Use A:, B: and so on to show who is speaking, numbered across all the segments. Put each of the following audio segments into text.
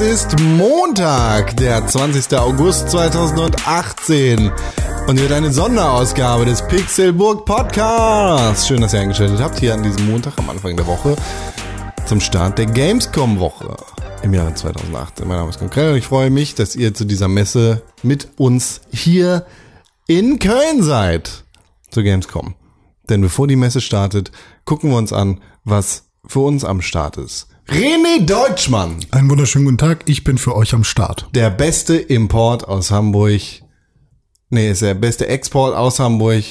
A: ist Montag, der 20. August 2018. Und wird eine Sonderausgabe des Pixelburg Podcasts. Schön, dass ihr eingeschaltet habt hier an diesem Montag am Anfang der Woche zum Start der Gamescom-Woche im Jahre 2018. Mein Name ist Konkrell und ich freue mich, dass ihr zu dieser Messe mit uns hier in Köln seid. Zur Gamescom. Denn bevor die Messe startet, gucken wir uns an, was für uns am Start ist. René Deutschmann,
B: Einen wunderschönen guten Tag, ich bin für euch am Start.
A: der beste Import aus Hamburg. Nee, ist der beste Export aus Hamburg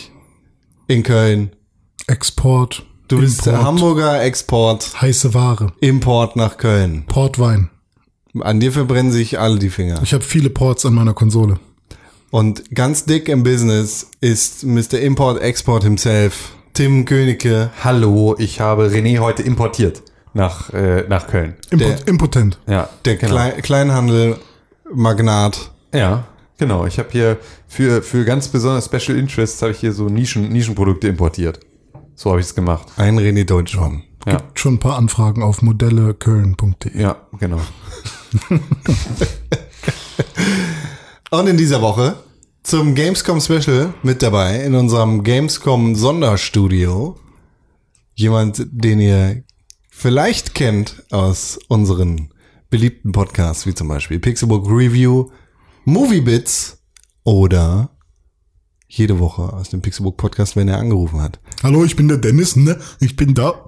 A: in Köln.
B: Export,
A: Du bist der
B: Import,
A: Hamburger Export,
B: heiße Ware,
A: Import nach Köln.
B: Portwein.
A: An dir verbrennen sich alle die Finger.
B: Ich habe viele Ports an meiner Konsole.
A: Und ganz dick im Business ist Mr. Import Export himself, Tim Königke.
C: Hallo, ich habe René heute importiert nach, äh, nach Köln.
B: Impot impotent.
C: Ja,
A: Der
C: genau.
A: Klei Kleinhandel Magnat.
C: Ja, genau. Ich habe hier für, für ganz besonders Special Interests habe ich hier so Nischen, Nischenprodukte importiert. So habe ich es gemacht.
A: Ein René Deutschmann.
C: Ja,
B: Schon ein paar Anfragen auf modelleköln.de.
C: ja, genau.
A: Und in dieser Woche zum Gamescom Special mit dabei in unserem Gamescom Sonderstudio jemand, den ihr vielleicht kennt aus unseren beliebten Podcasts, wie zum Beispiel Pixelbook Review, Movie Bits oder jede Woche aus dem Pixelbook Podcast, wenn er angerufen hat.
B: Hallo, ich bin der Dennis, ne? Ich bin da.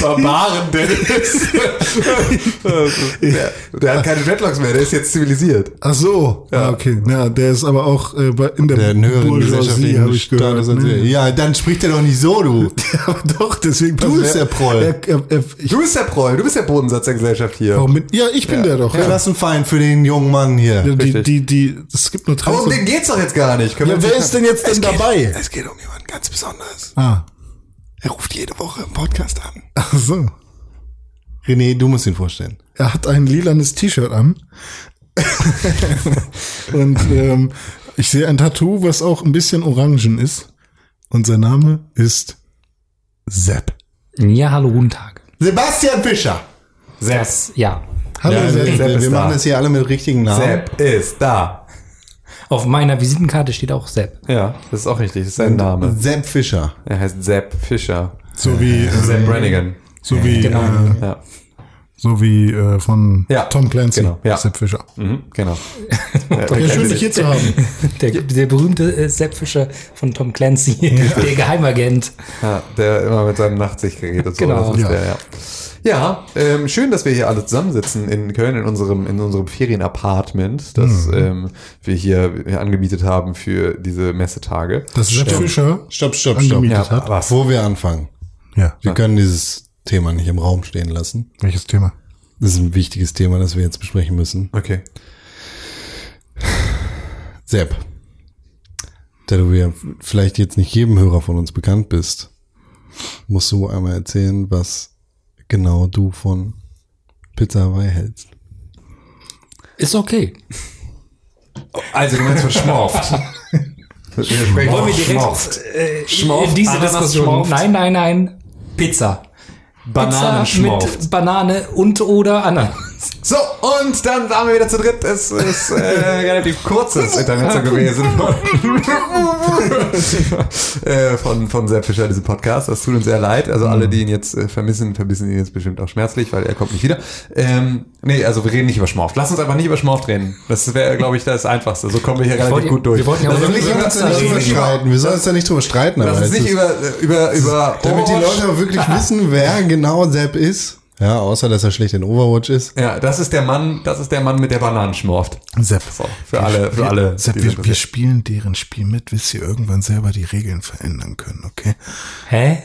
C: Barbaren Dennis. der, der hat keine Dreadlocks mehr, der ist jetzt zivilisiert.
B: Ach so. Ja, okay. Ja, der ist aber auch äh, bei- in der,
A: Der einen höheren gesellschaftlichen
B: habe ich gehört.
A: Status als wir.
B: Ne?
A: Ja, dann spricht er doch nicht so, du.
B: Aber doch, deswegen.
A: Du bist der Proll.
B: Er, er, er, ich,
C: Du bist der Proll, du bist der Bodensatz der Gesellschaft hier.
B: warum bin, ja, ich bin der doch.
A: Ja,
B: Ja.
A: das ist ein Feind für den jungen Mann hier.
B: Die, die, die, es gibt nur
C: Aber
B: Trans.
C: um den geht's doch jetzt gar nicht. Können wir jetzt nicht-
B: denn jetzt denn dabei?
A: Es geht um jemanden ganz besonders.
B: Ah,
A: Er ruft jede Woche im Podcast an.
B: ach so.
A: René, du musst ihn vorstellen.
B: Er hat ein lilanes T-Shirt an. und ähm, ich sehe ein Tattoo, was auch ein bisschen orangen ist. Und sein Name ist Sepp.
D: Ja, hallo, guten Tag.
A: Sebastian Fischer.
C: Sepp.
D: Ja,
B: Hallo
A: Ja,
B: Sepp.
A: wir,
C: Sepp
A: wir,
C: ist
A: wir
C: da.
A: machen das hier alle mit richtigen Namen.
C: Sepp ist da.
D: auf meiner Visitenkarte steht auch Sepp.
C: Ja, das ist auch richtig. Das ist sein Name.
A: Sepp Fischer.
C: Er heißt Sepp Fischer.
B: So wie, äh,
C: Sepp Brannigan.
B: so wie, äh,
C: Ja,
B: so wie äh, von
C: Genau. Ja,
B: Tom Clancy,
C: genau, ja.
B: Sepp Fischer.
C: mhm, genau.
B: Ja, schön, dich hier zu haben.
D: Der, der berühmte äh, Sepp Fischer von Tom Clancy, der Geheimagent.
C: Ja, der immer mit seinem Nachtsichtgerät und so.
D: Genau.
C: Das ist
B: Ja.
C: Der, ja, ja ähm, schön, dass wir hier alle zusammensitzen in Köln in unserem, in unserem Ferienapartment, das ähm, wir hier angemietet haben für diese Messetage.
B: Dass Sepp Fischer
A: Stopp, stopp, stopp.
B: angemietet
C: Ja.
B: hat.
C: Was?
A: Bevor wir anfangen,
B: Ja,
A: wir können dieses Thema nicht im Raum stehen lassen.
B: welches Thema?
A: Das ist ein wichtiges Thema, das wir jetzt besprechen müssen.
C: Okay.
A: Sepp, da du ja vielleicht jetzt nicht jedem Hörer von uns bekannt bist, musst du einmal erzählen, was genau du von Pizza Hawaii hältst.
D: Ist okay.
C: Also du meinst verschmorft. Wir sprechen
D: Wollen wir
C: von
D: direkt äh,
C: Oh, Schmorft,
D: in diese
C: Ananas
D: Diskussion?
C: schmorft.
D: Nein, nein, nein. Pizza.
C: Bananenschmorft.
D: Pizza mit Banane und oder Ananas.
C: So, und dann waren wir wieder zu dritt. Es ist äh, relativ kurzes Intermezzo gewesen von, äh, von, von Sepp Fischer, diesem Podcast. Das tut uns sehr leid. Also alle, die ihn jetzt äh, vermissen, vermissen ihn jetzt bestimmt auch schmerzlich, weil er kommt nicht wieder. Ähm, nee, also wir reden nicht über Schmorft. Lass uns einfach nicht über Schmorft reden. Das wäre, glaube ich, das Einfachste. So kommen wir hier relativ
D: wollte-
C: gut durch.
D: wir wollten ja auch
C: Lass uns
A: Also
D: nicht
C: Also nicht über, lass uns nicht
D: über Pizza reden.
C: über,
A: Wir sollen uns da nicht drüber streiten.
C: lass
A: aber
C: uns
A: es
C: nicht
A: ist-
C: über, über, über
A: Damit die
C: Overwatch-
A: Leute auch wirklich wissen, wer genau Sepp ist. Ja, außer dass er schlecht in Overwatch ist.
C: Ja, das ist der Mann, das ist der Mann mit der Bananenschmorft.
B: Sepp.
C: So, für alle, für alle.
B: Sepp,
C: die das
B: wir, wir spielen deren Spiel mit, bis sie irgendwann selber die Regeln verändern können, okay?
D: Hä?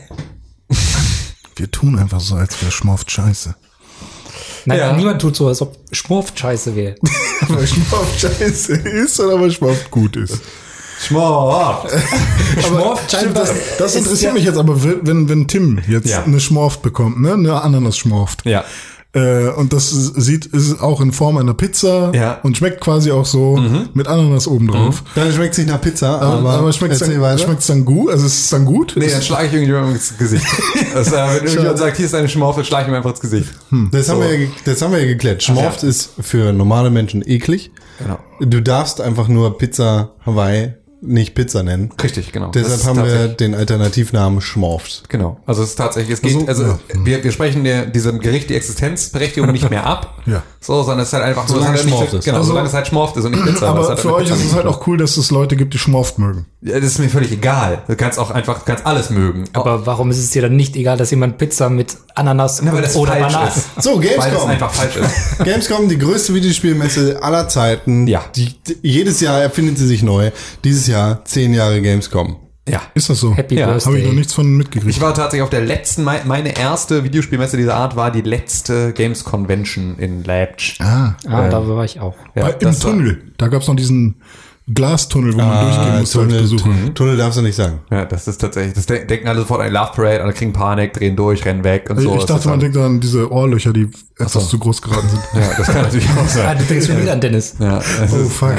B: Wir tun einfach so, als wäre Schmorft scheiße.
D: Nein,
C: Ja.
D: niemand tut so, als ob Schmorft scheiße wäre.
B: weil Schmorft scheiße ist oder weil Schmorft gut ist.
C: Schmorft.
D: Schmorft
C: Äh,
D: scheiße.
B: Das, das
D: ist
B: interessiert
D: ja-
B: mich jetzt aber, wenn, wenn Tim jetzt
C: Ja.
B: eine Schmorft bekommt, ne? Eine Ananas-Schmorft.
C: Ja.
B: Äh, Äh, und das ist- sieht, ist auch in Form einer Pizza
C: Ja.
B: und schmeckt quasi auch so mit Ananas obendrauf.
A: Dann schmeckt es nicht nach Pizza,
B: Aber,
A: aber,
B: aber schmeckt's
A: erzähl
B: dann,
A: weiter.
B: schmeckt's dann gut? Also ist es dann gut?
C: Nee,
B: Ist-
C: dann schlage ich irgendjemandem ins Gesicht. Also, äh, wenn irgendjemand sagt, hier ist eine Schmorfe, schlage ich ihm einfach ins Gesicht. Hm.
A: das, haben wir ja, ge- das haben wir ja geklärt. Schmorft ist für normale Menschen eklig.
C: Genau.
A: Du darfst einfach nur Pizza Hawaii nicht Pizza nennen.
C: Richtig, genau. Das
A: Deshalb
C: ist
A: haben wir
C: tatsächlich-
A: den Alternativnamen Schmorft.
C: Genau. Also es ist tatsächlich, es geht, also,
B: ja.
C: wir, wir sprechen der, diesem Gericht die Existenzberechtigung nicht mehr ab.
B: Ja.
C: So, sondern es ist halt einfach
A: Solange
C: es hat
A: es
C: nicht,
A: schmorft ist.
C: Genau,
B: Also-
C: solange es halt schmorft ist und nicht Pizza. es
B: aber
C: hat
B: für
C: mit
B: euch
C: Pizza
B: ist es halt
C: nichts
B: auch cool, dass es Leute gibt, die schmorft mögen.
C: zu tun. Ja, Das ist mir völlig egal. Du kannst auch einfach, du kannst alles mögen.
D: Aber warum ist es dir dann nicht egal, dass jemand Pizza mit Ananas
C: Na, weil das
D: oder
C: falsch
D: Ananas?
C: ist.
A: So,
C: Weil das
A: Gamescom.
C: einfach falsch ist.
A: Gamescom, die größte Videospielmesse aller Zeiten.
C: Ja.
A: Die, die, jedes Jahr erfindet sie sich neu. Dieses Jahr zehn Jahre Gamescom.
C: ja.
B: Ist das so?
D: Happy
C: Ja,
D: Birthday.
B: Habe ich noch nichts von mitgekriegt.
C: Ich war tatsächlich auf der letzten, mei- meine erste Videospielmesse dieser Art war die letzte Games Convention in Leipzig.
B: ah,
D: Ah, da war ich auch.
C: Ja,
B: bei, im
C: das war-
B: Tunnel. da gab's noch diesen Glastunnel, wo man durchgehen
A: Ah,
B: muss
C: halt
B: als
A: Tunnel,
B: Besucher.
A: Tunnel, Tunnel darfst du nicht sagen.
C: Ja, das ist tatsächlich, das de- denken alle sofort an die Love Parade, alle kriegen Panik, drehen durch, rennen weg und so.
B: Also ich
C: Das ist
B: dachte, man
C: dann-
B: denkt an diese Ohrlöcher, die etwas zu groß geraten sind.
C: Ja, das kann natürlich auch
D: Ah,
C: sein.
D: du denkst schon wieder an Dennis.
C: Ja, es
B: Oh
C: ist-
B: fuck.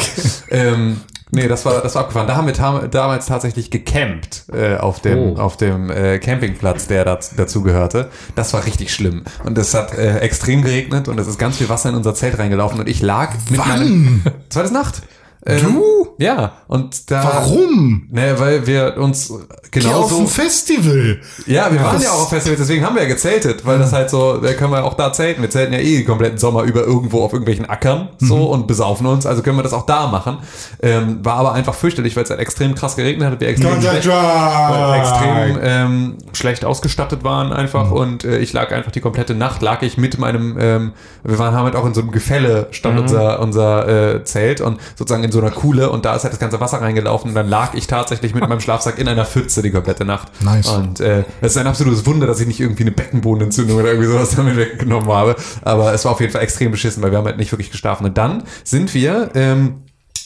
C: ähm, nee, das war, das war abgefahren. Da haben wir tam- damals tatsächlich gecampt äh, auf dem,
B: Oh.
C: auf dem äh, Campingplatz, der daz- dazu gehörte. Das war richtig schlimm. Und es hat äh, extrem geregnet und es ist ganz viel Wasser in unser Zelt reingelaufen und ich lag mit meinem... Zweite Nacht. Ähm,
B: Du?
C: Ja. Und da...
B: Warum?
C: Ne, weil wir uns
B: Geh auf
C: genauso...
B: ein Festival.
C: Genau Ja, wir waren
B: Das-
C: ja auch auf Festivals, deswegen haben wir ja gezeltet, weil das halt so, da können wir auch da zelten. Wir zelten ja eh den kompletten Sommer über irgendwo auf irgendwelchen Ackern so und besaufen uns, also können wir das auch da machen. Ähm, war aber einfach fürchterlich, weil es halt extrem krass geregnet hat, wir extrem,
A: Contact
C: schlecht,
A: Drive!
C: äh, extrem ähm, schlecht ausgestattet waren einfach und äh, ich lag einfach die komplette Nacht, lag ich mit meinem, ähm, wir waren haben halt auch in so einem Gefälle, stand unser, unser äh, Zelt und sozusagen in so einer Kuhle und da ist halt das ganze Wasser reingelaufen und dann lag ich tatsächlich mit meinem Schlafsack in einer Pfütze die komplette Nacht.
B: Nice.
C: Und und äh, das ist ein absolutes Wunder, dass ich nicht irgendwie eine Beckenbodenentzündung oder irgendwie sowas damit weggenommen habe. Aber es war auf jeden Fall extrem beschissen, weil wir haben halt nicht wirklich geschlafen. Und dann sind wir. Ähm,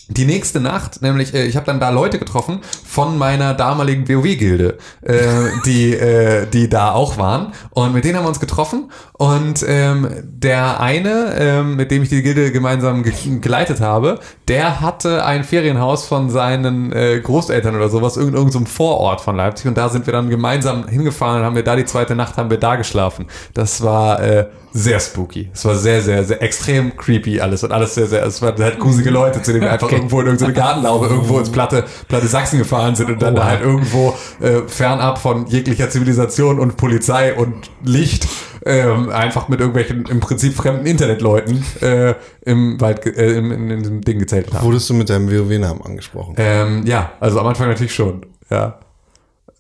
C: die nächste Nacht, nämlich äh, ich habe dann da Leute getroffen von meiner damaligen WoW-Gilde, äh, die äh, die da auch waren und mit denen haben wir uns getroffen und ähm, der eine, ähm, mit dem ich die Gilde gemeinsam ge geleitet habe, der hatte ein Ferienhaus von seinen äh, Großeltern oder sowas in irgendeinem Vorort von Leipzig und da sind wir dann gemeinsam hingefahren und haben wir da die zweite Nacht haben wir da geschlafen. Das war äh, sehr spooky. Es war sehr, sehr, sehr extrem creepy alles und alles sehr, sehr, es waren halt gruselige Leute, zu denen wir einfach irgendwo in irgendeine Gartenlaube irgendwo ins platte, platte Sachsen gefahren sind und dann da halt irgendwo äh, fernab von jeglicher Zivilisation und Polizei und Licht ähm, einfach mit irgendwelchen im Prinzip fremden Internetleuten äh, im Wald, ge- äh, im, in, in diesem Ding gezählt haben.
A: Wurdest du mit deinem WoW-Namen angesprochen?
C: Ähm, ja, also am Anfang natürlich schon, ja.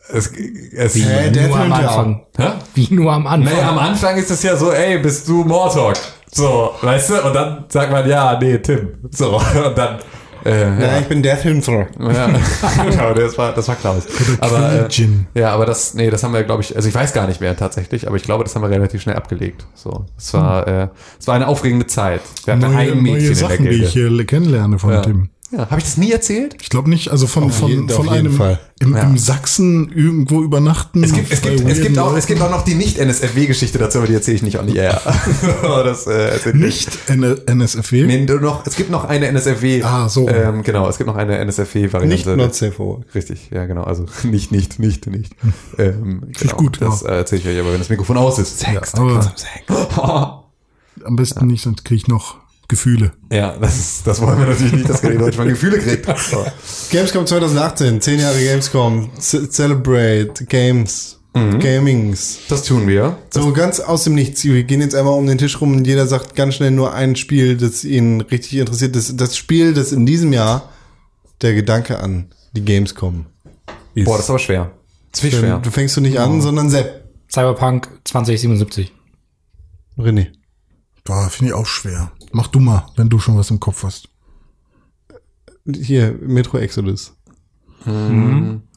C: Es, es,
A: Hä,
C: Hä?
A: der
D: nur am
A: filmt ja auch.
D: Anfang. Wie nur am Anfang.
C: Naja, am Anfang ist es ja so, ey, bist du Mortok? So, weißt du? Und dann sagt man, ja, nee, Tim. So, und dann, äh,
A: Ja, ich bin Death Hinter.
C: ja, genau, das war, das war Klaus. Aber, äh,
B: Jin.
C: ja, aber das, nee, das haben wir, glaube ich, also ich weiß gar nicht mehr tatsächlich, aber ich glaube, das haben wir relativ schnell abgelegt. So, es war, äh, es war eine aufregende Zeit. Wir hatten
B: Neue,
C: ein Mädchen
B: neue
C: in
B: Sachen,
C: der
B: die
C: Gilde.
B: ich hier le- kennenlerne von Tim.
C: ja, habe ich das nie erzählt?
B: Ich glaube nicht, also von, von,
A: jeden- auf
B: von
A: jeden
B: einem
A: Fall.
B: Im,
C: Ja.
B: im Sachsen irgendwo übernachten.
C: Es gibt, es
B: bei
C: gibt, es gibt
B: weirden
C: auch, es gibt auch noch die Nicht-NSFW-Geschichte dazu, aber die erzähle ich nicht on the air. Aber das, äh, erzähl-
B: Leuten. nicht N- NSFW.
C: Nee, du noch, es gibt noch eine NSFW.
B: Ah, so.
C: Ähm, genau, es gibt noch eine
A: Nicht
C: NSFW-Variante.
A: not safe for work.
C: Richtig, ja, genau. Also nicht, nicht, nicht, nicht. Ähm, genau,
B: gut,
C: Das äh, erzähle ich euch aber, wenn das Mikrofon aus ist. Sex.
B: Aber
C: Ja,
B: am besten nicht, sonst kriege ich noch Gefühle.
C: das, ist, das wollen wir natürlich nicht, dass die Leute mal Gefühle kriegt. So.
A: Gamescom 2018, 10 Jahre Gamescom, C Celebrate, Games, Gamings.
C: Mhm. Das tun wir.
A: So ganz aus dem Nichts. Wir gehen jetzt einmal um den Tisch rum und jeder sagt ganz schnell nur ein Spiel, das ihn richtig interessiert. Das, das Spiel, das in diesem Jahr der Gedanke an die Gamescom ist.
C: Boah, das ist aber schwer. Ziemlich
A: Denn
C: schwer. Mhm.
A: Du fängst du nicht an, sondern Sepp.
D: Cyberpunk 2077.
A: René.
B: Boah, finde ich auch schwer. Mach du mal, wenn du schon was im Kopf hast.
A: Hier, Metro Exodus.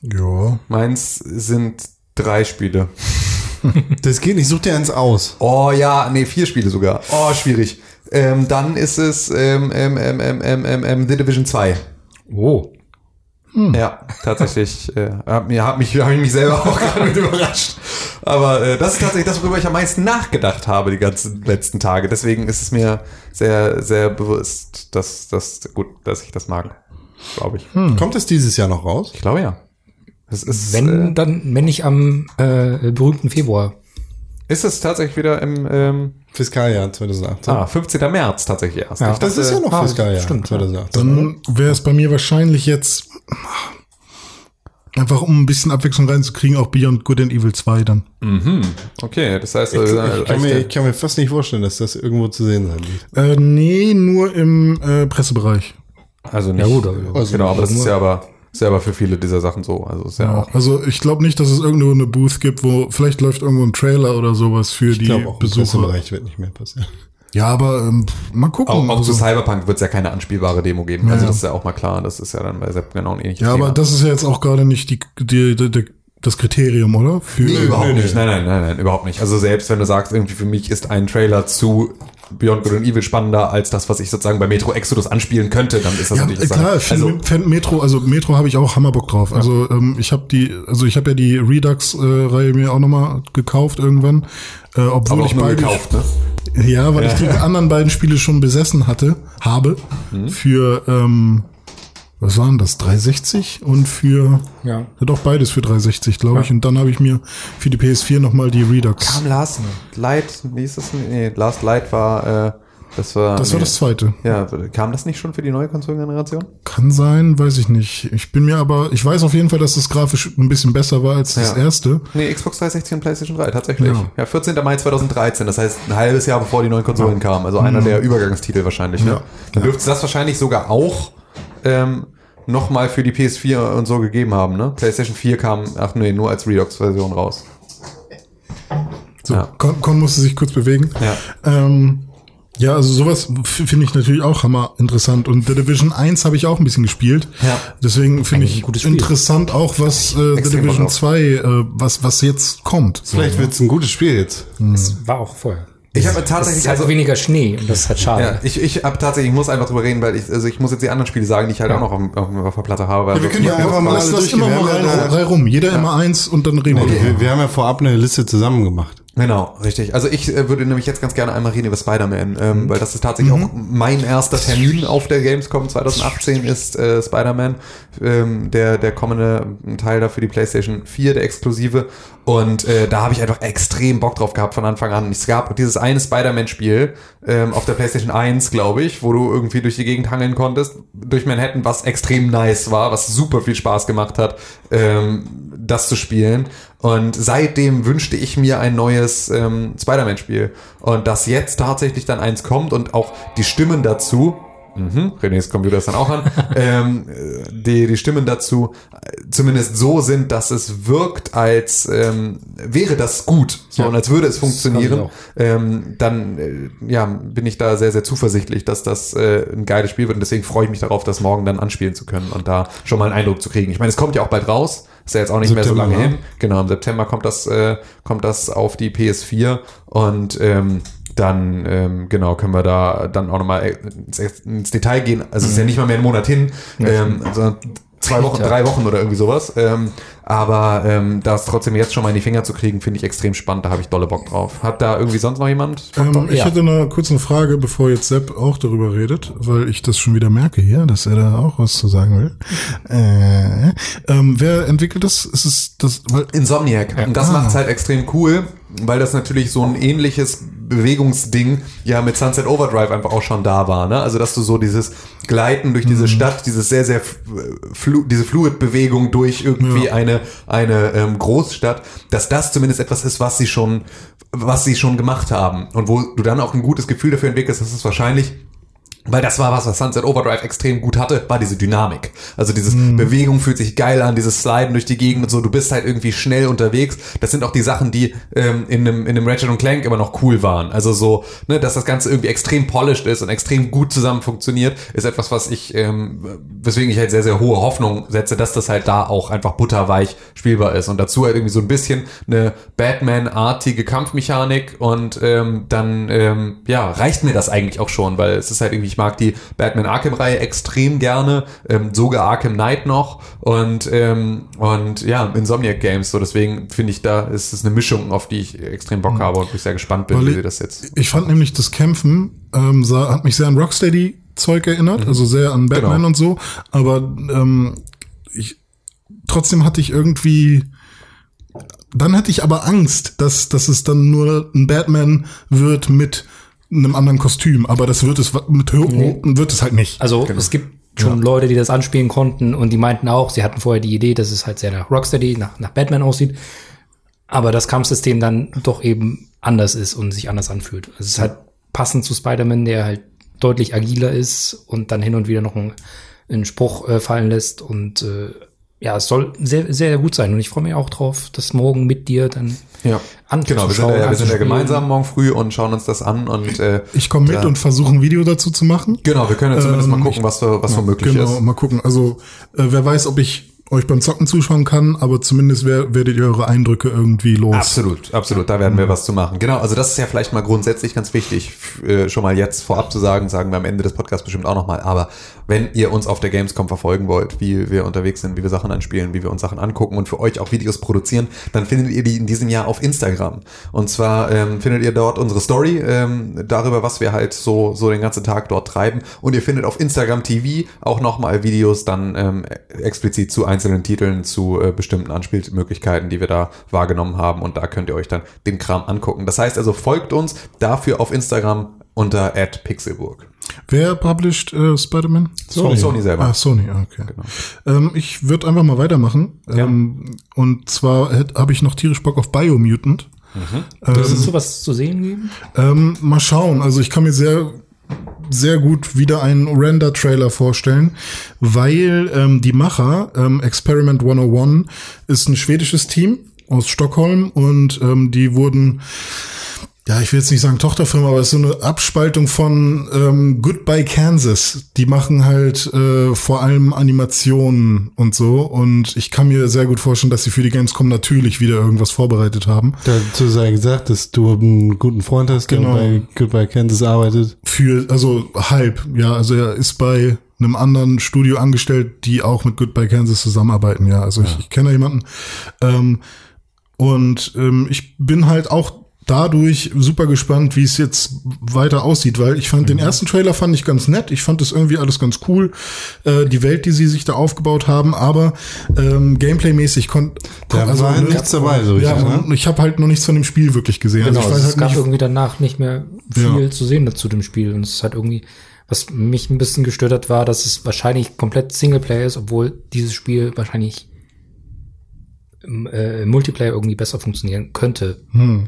B: Ja.
C: Meins sind drei Spiele.
A: Das geht nicht, such dir eins aus.
C: Oh ja, nee, vier Spiele sogar. Oh, schwierig. Ähm, dann ist es ähm, ähm, ähm, ähm, ähm, ähm, The Division 2.
D: Oh.
C: Ja, tatsächlich. äh, hab, mir, hab, mich, hab ich mich selber auch gerade mit überrascht. Aber äh, das ist tatsächlich das, worüber ich am meisten nachgedacht habe die ganzen letzten Tage. Deswegen ist es mir sehr, sehr bewusst, dass, dass, gut, dass ich das mag. Glaube ich.
D: Hm.
A: Kommt es dieses Jahr noch raus?
C: Ich glaube ja. Es ist,
D: Wenn
C: äh,
D: dann, wenn nicht am äh, berühmten Februar.
C: ist es tatsächlich wieder im ähm,
A: Fiskaljahr 2018.
C: ah, 15. März tatsächlich erst.
D: Ja.
C: Ich
A: das
C: dachte,
A: ist ja noch
D: ah,
A: Fiskaljahr
D: stimmt, ja.
A: 2018.
B: Dann wäre es bei mir wahrscheinlich jetzt einfach, um ein bisschen Abwechslung reinzukriegen, auch Beyond Good and Evil 2 dann.
C: Okay, das heißt,
A: Ich,
C: äh,
A: ich, kann mir, ich
C: echt,
A: kann mir fast nicht vorstellen, dass das irgendwo zu sehen sein wird.
B: Äh, nee, nur im äh, Pressebereich.
C: also nicht.
D: Ja, gut, aber-
A: Also
C: genau, aber das
D: nur-
C: ist ja aber selber für viele dieser Sachen so. Also ist ja,
B: Ja.
C: auch.
B: Also ich glaube nicht, dass es irgendwo eine Booth gibt, wo vielleicht läuft irgendwo ein Trailer oder sowas für
A: Ich
B: die
A: glaube auch, im
B: Besucher.
A: Pressebereich wird nicht mehr passieren.
B: Ja, aber ähm, pff, mal gucken.
C: Auch, auch
B: also,
C: zu Cyberpunk wird es ja keine anspielbare Demo geben. Also
B: Ja.
C: das ist ja auch mal klar. Das ist ja dann bei Sepp genau ein ähnliches
B: ja, aber
C: Thema.
B: das ist ja jetzt auch gerade nicht die, die, die, die, das Kriterium, oder? Für,
C: Nee, überhaupt
A: Nö, nö.
C: nicht. Nein, nein, nein, nein, überhaupt nicht. Also selbst wenn du sagst, irgendwie für mich ist ein Trailer zu Beyond Good and Evil spannender als das, was ich sozusagen bei Metro Exodus anspielen könnte, dann ist das
B: Ja,
C: natürlich eine
B: klar,
C: Sache.
B: Fan,
C: Also,
B: Fan Metro, also Metro habe ich auch Hammerbock drauf. Also ähm, ich habe die, also ich habe ja die Redux-Reihe mir auch nochmal gekauft irgendwann, äh, obwohl
C: aber auch
B: ich
C: nur
B: beide,
C: gekauft, ne?
B: ja, weil ich die anderen beiden Spiele schon besessen hatte, habe
C: Mhm.
B: für ähm, was waren das 360 und für
D: Ja.
B: doch beides für 360, glaube ich. Und dann habe ich mir für die PS4 nochmal die Redux.
C: Am Last Light, wie hieß das? Nee, Last Light war, äh, das war...
B: Das war
C: nee.
B: das zweite.
C: Ja, kam das nicht schon für die neue Konsolengeneration?
B: Kann sein, weiß ich nicht. Ich bin mir aber, ich weiß auf jeden Fall, dass das grafisch ein bisschen besser war als das
C: Ja.
B: erste.
C: Nee, Xbox 360 und PlayStation 3, tatsächlich.
B: Ja.
C: Ja, 14. Mai 2013, das heißt ein halbes Jahr bevor die neuen Konsolen kamen. Also
A: Mhm.
C: einer der Übergangstitel wahrscheinlich. Ne?
B: Ja.
C: Dann dürfte es das wahrscheinlich sogar auch ähm, nochmal für die PS4 und so gegeben haben. Ne? PlayStation 4 kam, ach nee, nur als Redox-Version raus.
B: So,
C: Ja.
B: Con, Con musste sich kurz bewegen.
C: Ja.
B: Ähm, ja, also sowas f- finde ich natürlich auch hammer interessant. Und The Division 1 habe ich auch ein bisschen gespielt.
C: Ja.
B: Deswegen finde ich
D: gutes Spiel.
B: interessant auch, was äh, The
C: Extrem
B: Division
C: Bock drauf.
B: 2, äh, was, was jetzt kommt. So.
A: Vielleicht wird es ein gutes Spiel jetzt.
D: Das war auch vorher.
C: Ich habe
D: Es
C: tatsächlich,
D: ist halt
C: also
D: weniger Schnee und das ist halt
C: ja,
D: schade.
C: ich, ich hab tatsächlich, ich muss einfach drüber reden, weil ich, also ich muss jetzt die anderen Spiele sagen, die ich halt auch noch auf, dem- auf, dem- auf der Platte habe. Also,
A: wir können ja einfach mal
B: Lass
A: alle
B: das immer mal
A: durchgehen.
B: rein,
A: Wir haben ja da-
B: rein rum. Jeder immer eins und dann reden wir.
A: Wir, wir haben ja vorab eine Liste zusammen gemacht.
C: Genau, richtig. Also ich äh, würde nämlich jetzt ganz gerne einmal reden über Spider-Man, ähm, weil das ist tatsächlich auch mein erster Termin auf der Gamescom 2018 ist äh, Spider-Man, ähm, der, der kommende Teil da für die PlayStation 4, der exklusive. Und äh, da habe ich einfach extrem Bock drauf gehabt von Anfang an. Es gab dieses eine Spider-Man-Spiel ähm, auf der PlayStation 1, glaube ich, wo du irgendwie durch die Gegend hangeln konntest, durch Manhattan, was extrem nice war, was super viel Spaß gemacht hat, ähm, das zu spielen. Und seitdem wünschte ich mir ein neues ähm, Spider-Man-Spiel. Und dass jetzt tatsächlich dann eins kommt und auch die Stimmen dazu. Mhm, Renés Computer ist dann auch an. ähm, äh, die, die Stimmen dazu äh, zumindest so sind, dass es wirkt, als ähm, wäre das gut so, und als würde es funktionieren.
D: auch.
C: Ähm, dann äh, ja, bin ich da sehr, sehr zuversichtlich, dass das äh, ein geiles Spiel wird. Und deswegen freue ich mich darauf, das morgen dann anspielen zu können und da schon mal einen Eindruck zu kriegen. Ich meine, es kommt ja auch bald raus. Ist ja jetzt auch nicht mehr so
A: September,
C: lange
A: ne?
C: hin. Genau, im September kommt das, äh, kommt das auf die PS4 und ähm, dann, ähm, genau, können wir da dann auch nochmal ins, ins Detail gehen. Also es ist ja nicht mal mehr einen Monat hin, ähm, sondern zwei Wochen, drei Wochen oder irgendwie sowas. Ähm, aber ähm, das trotzdem jetzt schon mal in die Finger zu kriegen, finde ich extrem spannend. Da habe ich dolle Bock drauf. Hat da irgendwie sonst noch jemand?
B: Ähm, ich
D: ja.
B: hätte noch kurz eine Frage, bevor jetzt Sepp auch darüber redet, weil ich das schon wieder merke hier, dass er da auch was zu sagen will. Äh, ähm, wer entwickelt das? Ist es das? Weil,
C: Insomniac. Und das macht's halt extrem cool, weil das natürlich so ein ähnliches Bewegungsding ja mit Sunset Overdrive einfach auch schon da war. Ne? Also dass du so dieses Gleiten durch diese Stadt, dieses sehr, sehr f- äh, flu diese Fluid-Bewegung durch irgendwie eine, eine ähm, Großstadt, dass das zumindest etwas ist, was sie schon, was sie schon gemacht haben. Und wo du dann auch ein gutes Gefühl dafür entwickelst, dass es wahrscheinlich weil das war was, was Sunset Overdrive extrem gut hatte, war diese Dynamik. Also dieses Bewegung fühlt sich geil an, dieses Sliden durch die Gegend und so, du bist halt irgendwie schnell unterwegs. Das sind auch die Sachen, die ähm, in einem in einem Ratchet und Clank immer noch cool waren. Also so, ne, dass das Ganze irgendwie extrem polished ist und extrem gut zusammen funktioniert, ist etwas, was ich, ähm, weswegen ich halt sehr, sehr hohe Hoffnung setze, dass das halt da auch einfach butterweich spielbar ist. Und dazu halt irgendwie so ein bisschen eine Batman-artige Kampfmechanik und ähm, dann, ähm, ja, reicht mir das eigentlich auch schon, weil es ist halt irgendwie, ich Ich mag die Batman Arkham-Reihe extrem gerne, ähm, sogar Arkham Knight noch und, ähm, und ja, Insomniac Games. So, deswegen finde ich, da ist es eine Mischung, auf die ich
B: Hm.
C: extrem Bock habe und wo ich sehr gespannt bin,
B: Weil
C: wie
B: ich-
C: sie das jetzt.
B: Ich fand nämlich das Kämpfen ähm, sah, hat mich sehr an Rocksteady Zeug erinnert, also sehr an Batman
C: Genau.
B: und so, aber ähm, ich trotzdem hatte ich irgendwie dann hatte ich aber Angst, dass, dass es dann nur ein Batman wird mit einem anderen Kostüm, aber das wird es wa- mit Hö- wird es halt nicht.
D: Also
C: Genau.
D: es gibt schon Leute, die das anspielen konnten und die meinten auch, sie hatten vorher die Idee, dass es halt sehr nach Rocksteady, nach, nach Batman aussieht, aber das Kampfsystem dann doch eben anders ist und sich anders anfühlt. Es ist halt passend zu Spider-Man, der halt deutlich agiler ist und dann hin und wieder noch einen, einen Spruch äh, fallen lässt und äh, ja, es soll sehr, sehr gut sein und ich freue mich auch drauf, das morgen mit dir dann
C: Ja. Genau, wir sind,
D: anzuschauen.
C: da, ja- wir sind ja
D: anzuspielen.
C: gemeinsam morgen früh und schauen uns das an und äh,
B: Ich komme mit
C: Ja.
B: und versuche ein Video dazu zu machen.
C: genau, wir können ja zumindest
B: Ähm,
C: mal gucken, was, da- was so möglich
B: genau,
C: ist.
B: mal gucken. Also, äh, wer weiß, ob ich euch beim Zocken zuschauen kann, aber zumindest wer, werdet ihr eure Eindrücke irgendwie los.
C: Absolut, absolut. Da werden wir was zu machen. Genau, also das ist ja vielleicht mal grundsätzlich ganz wichtig, f- äh, schon mal jetzt vorab zu sagen, sagen wir am Ende des Podcasts bestimmt auch nochmal. Aber wenn ihr uns auf der Gamescom verfolgen wollt, wie wir unterwegs sind, wie wir Sachen anspielen, wie wir uns Sachen angucken und für euch auch Videos produzieren, dann findet ihr die in diesem Jahr auf Instagram. Und zwar ähm, findet ihr dort unsere Story ähm, darüber, was wir halt so, so den ganzen Tag dort treiben. Und ihr findet auf Instagram TV auch nochmal Videos dann ähm, explizit zu einzelnen Titeln, zu äh, bestimmten Anspielmöglichkeiten, die wir da wahrgenommen haben. Und da könnt ihr euch dann den Kram angucken. Das heißt also, folgt uns dafür auf Instagram unter @pixelburg.
B: Wer published äh, Spider-Man?
C: Sony. Sony selber.
B: Ah, Sony, ah, okay.
C: Genau.
B: Ähm, ich würde einfach mal weitermachen. Ähm, und zwar habe ich noch tierisch Bock auf Biomutant.
D: Wird es sowas zu sehen geben?
B: Ähm, mal schauen. Also ich kann mir sehr, sehr gut wieder einen Render-Trailer vorstellen, weil ähm, die Macher, ähm, Experiment 101, ist ein schwedisches Team aus Stockholm und ähm, die wurden ja, ich will jetzt nicht sagen Tochterfirma, aber es ist so eine Abspaltung von ähm, Goodbye Kansas. Die machen halt äh, vor allem Animationen und so. Und ich kann mir sehr gut vorstellen, dass sie für die Gamescom natürlich wieder irgendwas vorbereitet haben.
A: Dazu sei gesagt, dass du einen guten Freund hast, der
B: Genau.
A: bei Goodbye Kansas arbeitet.
B: für, also halb, ja, also er ist bei einem anderen Studio angestellt, die auch mit Goodbye Kansas zusammenarbeiten, ja, also ich, ich kenne da jemanden. Ähm, und ähm, ich bin halt auch dadurch super gespannt, wie es jetzt weiter aussieht, weil ich fand
A: Mhm.
B: den ersten Trailer fand ich ganz nett, ich fand das irgendwie alles ganz cool, äh, die Welt, die sie sich da aufgebaut haben, aber ähm, Gameplaymäßig konnte
A: Da war nichts dabei, so
B: ja,
A: richtig, ne?
B: und ich habe halt noch nichts von dem Spiel wirklich gesehen.
D: Genau,
B: also ich
D: es
B: weiß halt
D: gab
B: nicht,
D: irgendwie danach nicht mehr viel zu sehen dazu dem Spiel. Und es hat irgendwie, was mich ein bisschen gestört hat, war, dass es wahrscheinlich komplett Singleplayer ist, obwohl dieses Spiel wahrscheinlich im äh, im Multiplayer irgendwie besser funktionieren könnte. Aber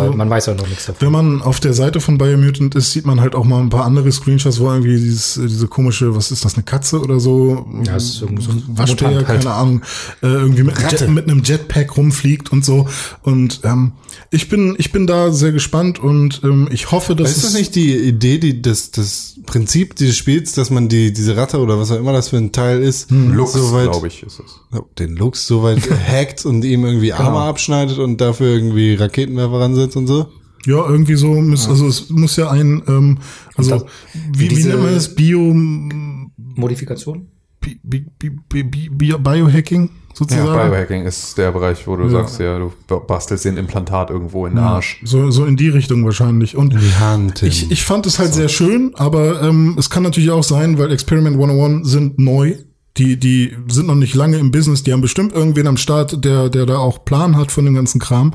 B: Also-
D: man weiß ja noch nichts davon.
B: Wenn man auf der Seite von Biomutant ist, sieht man halt auch mal ein paar andere Screenshots, wo irgendwie dieses, diese komische, was ist das, eine Katze oder so?
D: Ja, es ist irgendwie so ein
B: Waschbär,
D: Mutant halt.
B: keine Ahnung. Äh, irgendwie mit, einem Jet, mit einem Jetpack rumfliegt und so. Und ähm, ich bin, ich bin da sehr gespannt und ähm, ich hoffe, dass
A: Ist das
B: es-
A: nicht die Idee, die, das, das Prinzip dieses Spiels, dass man die, diese Ratte oder was auch immer das für ein Teil ist,
C: Lux,
A: so weit,
C: glaube ich, ist es.
A: den Lux so weit hackt und ihm irgendwie
C: Genau.
A: Arme abschneidet und dafür irgendwie Raketenwerfer ransetzt und so?
B: Ja, irgendwie so, muss, also es muss ja ein, ähm, also
D: Und das-
B: wie, wie
D: diese-
B: nennt man das? Bio,
D: Modifikation?
B: bi, bi, bi, bi, Bio, Biohacking
C: Ja,
B: sozusagen?
C: Biohacking ist der Bereich, wo du sagst, ja, du bastelst dir ein Implantat irgendwo in den Arsch.
B: So, so in die Richtung wahrscheinlich. Und
D: Mhm.
A: Die Hand.
B: Ich, ich fand es halt sehr schön, aber ähm, es kann natürlich auch sein, weil Experiment 101 sind neu. Die, die sind noch nicht lange im Business. Die haben bestimmt irgendwen am Start, der, der da auch Plan hat von dem ganzen Kram.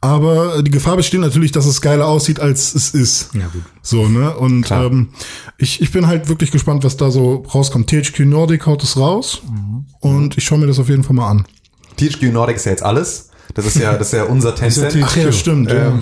B: Aber äh, die Gefahr besteht natürlich, dass es geiler aussieht, als es ist. Ja, gut. So, ne? Und ähm, ich, ich bin halt wirklich gespannt, was da so rauskommt. THQ Nordic haut es raus. Und ich schaue mir das auf jeden Fall mal an.
C: THQ Nordic ist ja jetzt alles. Das ist ja, das ist ja unser Tencent.
A: THQ.
B: ja, ähm, stimmt. ja.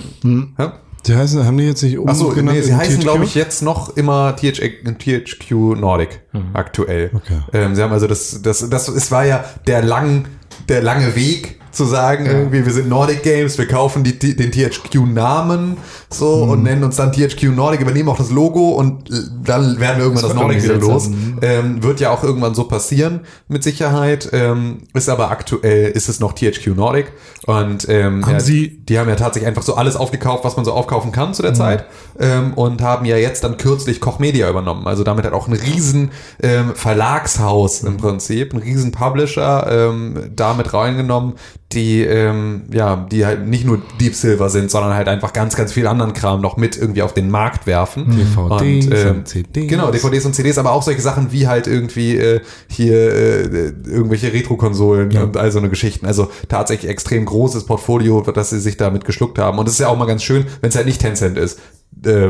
C: Ja?
A: die heißen, haben die jetzt nicht
C: Ach so,
A: umgenannt
C: nee, sie
A: in
C: heißen,
A: THQ?
C: glaube ich, jetzt noch immer THQ, THQ Nordic aktuell.
A: Okay.
C: Ähm, sie haben also das, das, das, es war ja der lang, der lange Weg zu sagen, irgendwie, wir sind Nordic Games, wir kaufen die, die, den THQ-Namen, so und nennen uns dann THQ Nordic, übernehmen auch das Logo und äh, dann werden wir irgendwann das,
D: wird
C: Nordic wieder
D: irgendwie
C: los.
D: seltsam.
C: Ähm, wird ja auch irgendwann so passieren, mit Sicherheit. Ähm, ist aber aktuell, ist es noch THQ Nordic. Und ähm,
B: Haben
C: ja,
B: Sie-
C: die haben ja tatsächlich einfach so alles aufgekauft, was man so aufkaufen kann zu der Zeit. Ähm, und haben ja jetzt dann kürzlich Koch Media übernommen. Also damit hat auch ein riesen ähm, Verlagshaus im Prinzip, ein riesen Publisher ähm, damit reingenommen, die ähm, ja, die halt nicht nur Deep Silver sind, sondern halt einfach ganz, ganz viel anderen Kram noch mit irgendwie auf den Markt werfen.
A: Mhm. DVDs
C: und, ähm,
A: und CDs.
C: Genau, DVDs und CDs, aber auch solche Sachen wie halt irgendwie äh, hier äh, irgendwelche Retro-Konsolen und all so eine Geschichten. Also tatsächlich extrem großes Portfolio, das sie sich damit geschluckt haben. Und das ist ja auch mal ganz schön, wenn es halt nicht Tencent ist, äh,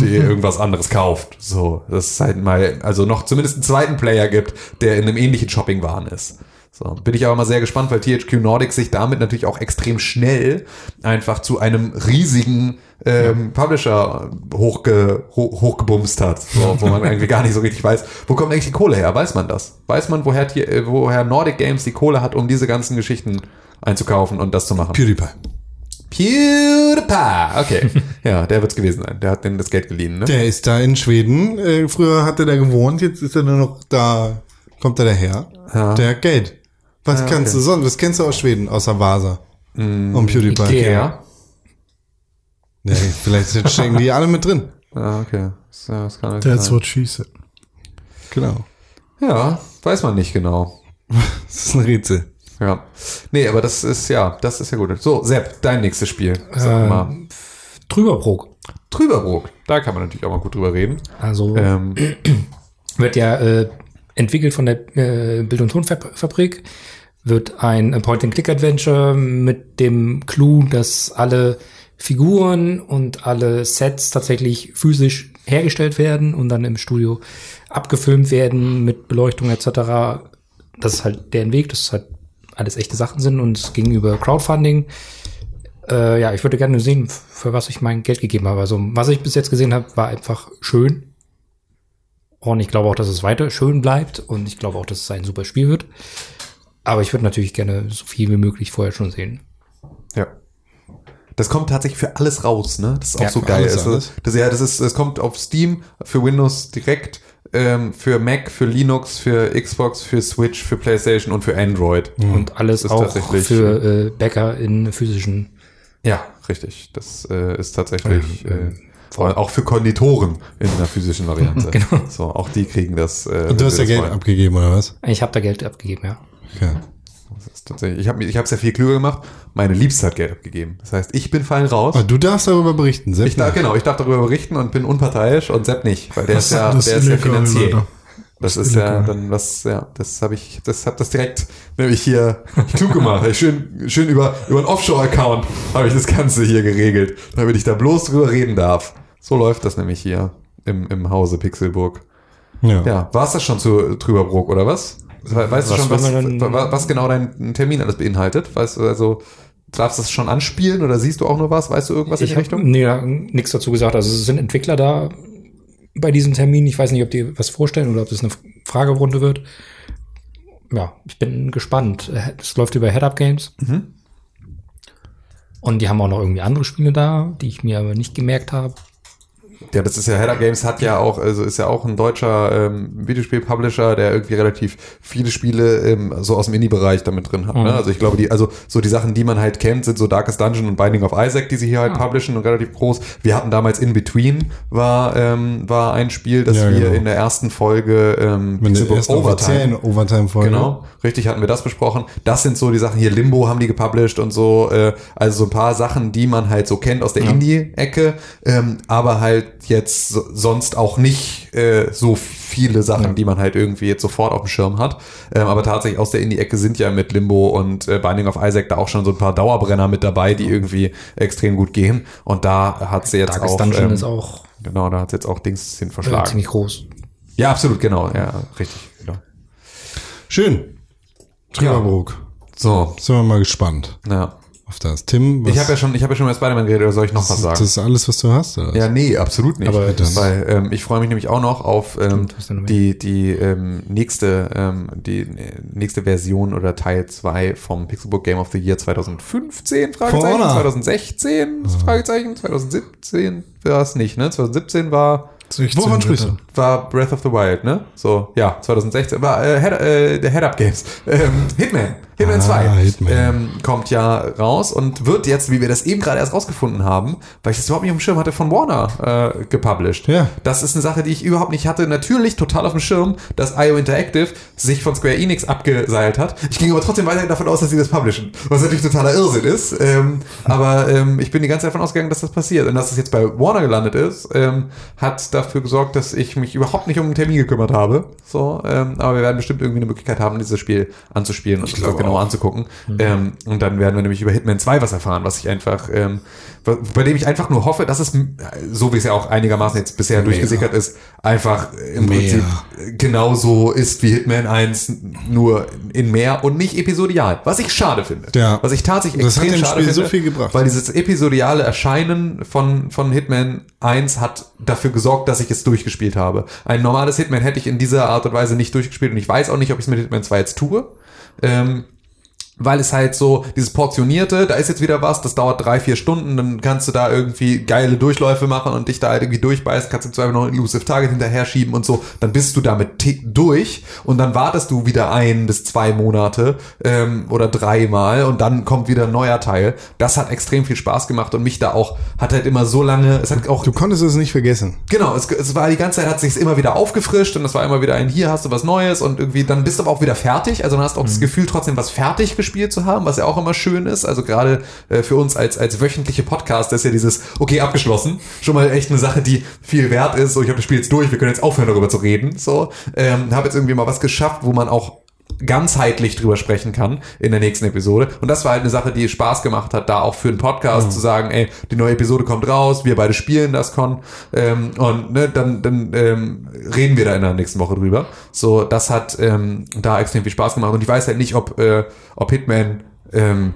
C: die irgendwas anderes kauft. So, dass es halt mal, also noch zumindest einen zweiten Player gibt, der in einem ähnlichen Shopping-Wahn ist. So, bin ich aber mal sehr gespannt, weil THQ Nordic sich damit natürlich auch extrem schnell einfach zu einem riesigen ähm, Publisher hochge, ho, hochgebumst hat, so, wo man irgendwie gar nicht so richtig weiß, wo kommt eigentlich die Kohle her? Weiß man das? Weiß man, woher, T- äh, woher Nordic Games die Kohle hat, um diese ganzen Geschichten einzukaufen und das zu machen?
A: PewDiePie.
C: PewDiePie! Okay. ja, der wird's gewesen sein. Der hat denen das Geld geliehen, ne?
A: Der ist da in Schweden. Äh, früher hat er da gewohnt, jetzt ist er nur noch da. Kommt er daher?
C: Ja.
A: Der hat Geld. Was kannst du sonst? Was kennst du aus Schweden? Außer Vasa.
C: Mm,
A: Und PewDiePie.
D: Ikea.
C: ja.
A: Nee, vielleicht stecken die alle mit drin.
C: Ah, okay. So, das kann natürlich
B: That's
C: sein.
B: what she said.
A: Genau.
C: Ja, weiß man nicht genau.
A: Das ist ein Rätsel.
C: Ja. Nee, aber das ist ja, das ist ja gut. So, Sepp, dein nächstes Spiel. Sag
A: Äh.
D: Ähm,
C: mal.
D: Trüberbrook.
C: Trüberbrook. Da kann man natürlich auch mal gut drüber reden.
D: Also
C: Ähm,
D: wird ja äh, entwickelt von der äh, Bild- und Tonfabrik, wird ein äh, Point-and-Click-Adventure mit dem Clou, dass alle Figuren und alle Sets tatsächlich physisch hergestellt werden und dann im Studio abgefilmt werden mit Beleuchtung etc. Das ist halt deren Weg, das ist halt alles echte Sachen sind und es ging über Crowdfunding. Äh, ja, ich würde gerne sehen, f- für was ich mein Geld gegeben habe. Also, was ich bis jetzt gesehen habe, war einfach schön. Und ich glaube auch, dass es weiter schön bleibt. Und ich glaube auch, dass es ein super Spiel wird. Aber ich würde natürlich gerne so viel wie möglich vorher schon sehen.
C: ja. Das kommt tatsächlich für alles raus, ne? Das ist auch
D: Ja,
C: so
D: für
C: geil.
A: alles,
C: Also,
A: alles.
C: Das, ja, das ist, es kommt auf Steam, für Windows direkt, ähm, für Mac, für Linux, für Xbox, für Switch, für PlayStation und für Android.
A: Mhm.
D: Und alles
C: Das Hm, ist
D: auch
C: tatsächlich-
D: für äh, Bäcker in physischen.
C: Ja, richtig. Das äh, ist tatsächlich äh, vor allem auch für Konditoren in einer physischen Variante. genau. So, auch die kriegen das. Äh, wenn
A: Und du hast
C: sie
A: ja
C: das
A: Geld
C: wollen.
A: abgegeben, oder was?
D: Ich habe da Geld abgegeben, ja.
A: Okay.
C: Das ist tatsächlich. Ich habe ich hab's ja viel klüger gemacht. Meine Liebste hat Geld abgegeben. Das heißt, ich bin fein raus.
A: Aber Oh, du darfst darüber berichten, Sepp.
C: Ich darf, genau, ich darf darüber berichten und bin unparteiisch und Sepp nicht, weil der ist ja,
B: das
C: der
B: ist
C: ist ja
B: illegal,
C: finanziell.
B: leider.
C: Das ist ja dann was, ja, das habe ich, das habe das direkt nämlich hier klug gemacht. schön, schön über über einen Offshore-Account habe ich das Ganze hier geregelt, damit ich da bloß drüber reden darf. So läuft das nämlich hier im, im Hause Pixelburg.
A: ja.
C: Ja, war es das schon zu Trüberbrook oder was? We- Weißt
D: Was
C: du schon,
D: will
C: was,
D: man denn-
C: wa- was genau dein Termin alles beinhaltet? Weißt du, also darfst du es schon anspielen oder siehst du auch nur was? Weißt du irgendwas in die
D: hab
C: Richtung?
D: nee, ja, nichts dazu gesagt. Also es sind Entwickler da bei diesem Termin. Ich weiß nicht, ob die was vorstellen oder ob das eine Fragerunde wird. Ja, ich bin gespannt. Es läuft über Head Up Games.
C: Mhm.
D: Und die haben auch noch irgendwie andere Spiele da, die ich mir aber nicht gemerkt habe.
C: Ja, das ist ja Header Games hat ja auch, also ist ja auch ein deutscher ähm, Videospiel-Publisher, der irgendwie relativ viele Spiele ähm, so aus dem Indie-Bereich damit drin hat.
A: Mhm.
C: Ne? Also ich glaube, die, also so die Sachen, die man halt kennt, sind so Darkest Dungeon und Binding of Isaac, die sie hier halt
A: Ah.
C: publishen und relativ groß. Wir hatten damals In Between war ähm, war ein Spiel, das
A: Ja,
C: wir
A: genau.
C: in der ersten Folge ähm,
A: Wenn du
C: Pixelbook
A: erst Overtime. Overtime folge
C: Genau,
D: Mhm.
C: richtig hatten wir das besprochen. Das sind so die Sachen hier, Limbo haben die gepublished und so, äh, also so ein paar Sachen, die man halt so kennt aus der Indie-Ecke, ähm, aber halt jetzt so, sonst auch nicht äh, so viele Sachen, die man halt irgendwie jetzt sofort auf dem Schirm hat. Ähm, aber tatsächlich aus der Indie-Ecke sind ja mit Limbo und äh, Binding of Isaac da auch schon so ein paar Dauerbrenner mit dabei, die irgendwie extrem gut gehen. Und da hat sie jetzt
D: Darkest
C: auch,
D: Dungeon
C: ähm,
D: ist auch
C: genau, da hat sie jetzt auch Dings hin
D: äh,
C: verschlagen.
D: ziemlich groß.
C: ja, absolut, genau, ja, richtig, genau.
A: Schön. Trüberbrook.
C: So,
A: Sind wir mal gespannt.
C: ja.
A: auf das. Tim,
C: Ich habe ja schon, ich habe ja schon über Spider-Man geredet, oder soll ich noch
A: das
C: was sagen?
A: ist alles, was du hast, oder? was?
C: Ja, nee, absolut nicht.
A: Aber das-
C: weil ähm, ich freue mich nämlich auch noch auf ähm,
D: Stimmt, hast du noch mehr.
C: die, die ähm, nächste ähm, die äh, nächste Version oder Teil 2 vom Pixelbook Game of the Year 2015, Fragezeichen,
A: Honor.
C: 2016,
D: Ah.
C: Fragezeichen, 2017 war es nicht, ne? 2017 war,
B: 16
A: Wovon sprichst
B: Ritter.
C: war Breath of the Wild, ne? So, ja, 2016 war äh, Head, äh, der Head-Up Games. Ähm, Hitman, Hitman
A: Ah,
C: 2
A: Hitman.
C: Ähm, kommt ja raus und wird jetzt, wie wir das eben gerade erst rausgefunden haben, weil ich das überhaupt nicht auf dem Schirm hatte, von Warner äh, gepublished.
A: Ja.
C: Das ist eine Sache, die ich überhaupt nicht hatte. Natürlich total auf dem Schirm, dass IO Interactive sich von Square Enix abgeseilt hat. Ich ging aber trotzdem weiterhin davon aus, dass sie das publishen. Was natürlich totaler Irrsinn ist. Ähm, aber ähm, ich bin die ganze Zeit davon ausgegangen, dass das passiert. Und dass es jetzt bei Warner gelandet ist, ähm, hat dafür gesorgt, dass ich mich überhaupt nicht um einen Termin gekümmert habe. So, ähm, aber wir werden bestimmt irgendwie eine Möglichkeit haben, dieses Spiel anzuspielen und uns das genau anzugucken. Ähm, und dann werden wir nämlich über Hitman 2 was erfahren, was ich einfach, ähm, wa- bei dem ich einfach nur hoffe, dass es, m- so wie es ja auch einigermaßen jetzt bisher durchgesickert ist, einfach äh, im
A: Mehr.
C: Prinzip genauso ist wie Hitman 1, n- nur in mehr und nicht episodial. Was ich schade finde.
A: Ja.
C: Was ich tatsächlich
A: Das hat
C: extrem
A: dem
C: schade
A: Spiel
C: finde,
A: so viel gebracht.
C: Weil dieses episodiale Erscheinen von, von Hitman 1 hat dafür gesorgt, dass ich es durchgespielt habe. Ein normales Hitman hätte ich in dieser Art und Weise nicht durchgespielt und ich weiß auch nicht, ob ich es mit Hitman 2 jetzt tue. Ähm, weil es halt so dieses portionierte, da ist jetzt wieder was, das dauert drei, vier Stunden, dann kannst du da irgendwie geile Durchläufe machen und dich da halt irgendwie durchbeißen, kannst im Zweifel noch ein Elusive Target hinterher schieben und so, dann bist du damit ti- durch und dann wartest du wieder ein bis zwei Monate ähm, oder dreimal und dann kommt wieder ein neuer Teil. Das hat extrem viel Spaß gemacht und mich da auch, hat halt immer so lange, es hat auch
A: Du konntest es nicht vergessen.
C: Genau, es, es war die ganze Zeit, hat sich's immer wieder aufgefrischt und es war immer wieder ein, hier hast du was Neues und irgendwie, dann bist du aber auch wieder fertig. Also dann hast du auch das Gefühl, trotzdem was fertig gespielt zu haben, was ja auch immer schön ist. Also gerade äh, für uns als, als wöchentliche Podcast ist ja dieses, okay, abgeschlossen, schon mal echt eine Sache, die viel wert ist. So, ich habe das Spiel jetzt durch, wir können jetzt aufhören, darüber zu reden. So, ähm, habe jetzt irgendwie mal was geschafft, wo man auch ganzheitlich drüber sprechen kann in der nächsten Episode. Und das war halt eine Sache, die Spaß gemacht hat, da auch für einen Podcast zu sagen, ey, die neue Episode kommt raus, wir beide spielen das Con ähm, und ne, dann, dann ähm, reden wir da in der nächsten Woche drüber. So, das hat ähm, da extrem viel Spaß gemacht und ich weiß halt nicht, ob, äh, ob Hitman ähm,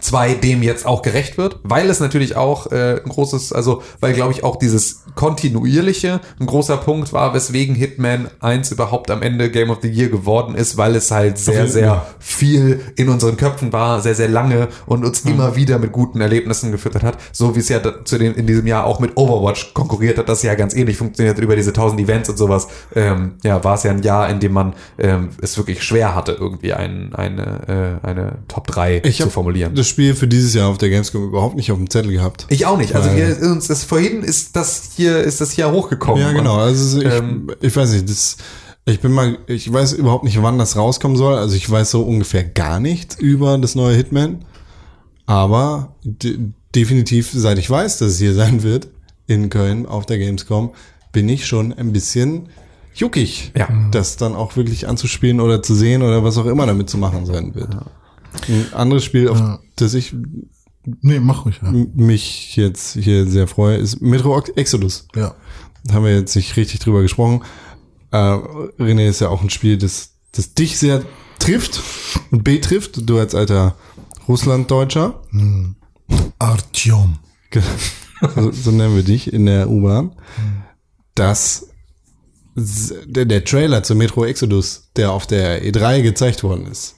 C: 2 dem jetzt auch gerecht wird, weil es natürlich auch äh, ein großes, also weil glaube ich auch dieses kontinuierliche ein großer Punkt war, weswegen Hitman 1 überhaupt am Ende Game of the Year geworden ist, weil es halt sehr,
A: jeden
C: sehr
A: Fall.
C: viel in unseren Köpfen war, sehr, sehr lange und uns
A: Mhm.
C: immer wieder mit guten Erlebnissen gefüttert hat, so wie es ja da- zu dem, in diesem Jahr auch mit Overwatch konkurriert hat, das ja ganz ähnlich funktioniert hat über diese 1000 Events und sowas. Ähm, ja, war es ja ein Jahr, in dem man ähm, es wirklich schwer hatte, irgendwie ein, eine, äh, eine Top 3
A: Ich
C: zu
A: hab
C: formulieren.
A: Das Spiel für dieses Jahr auf der Gamescom überhaupt nicht auf dem Zettel gehabt.
C: Ich auch nicht. Also
A: Weil-
C: wir uns das vorhin ist das hier ist das hier hochgekommen.
A: Ja, genau.
C: Und
A: Also ich,
C: ähm,
A: ich weiß nicht, das, ich bin mal, ich weiß überhaupt nicht, wann das rauskommen soll. Also ich weiß so ungefähr gar nichts über das neue Hitman. Aber de definitiv, seit ich weiß, dass es hier sein wird, in Köln auf der Gamescom, bin ich schon ein bisschen juckig,
C: Ja.
A: das dann auch wirklich anzuspielen oder zu sehen oder was auch immer damit zu machen sein wird. Ein anderes Spiel, auf das ich
B: Nee, mach ruhig. Ja.
A: m- mich jetzt hier sehr freue, ist Metro Oct- Exodus.
B: ja.
A: Da haben wir jetzt nicht richtig drüber gesprochen. Äh, René ist ja auch ein Spiel, das, das dich sehr trifft und betrifft. Du als alter Russlanddeutscher.
B: Artyom.
A: Ge- so, so nennen wir dich in der U-Bahn. Das s- der, der Trailer zu Metro Exodus, der auf der E3 gezeigt worden ist.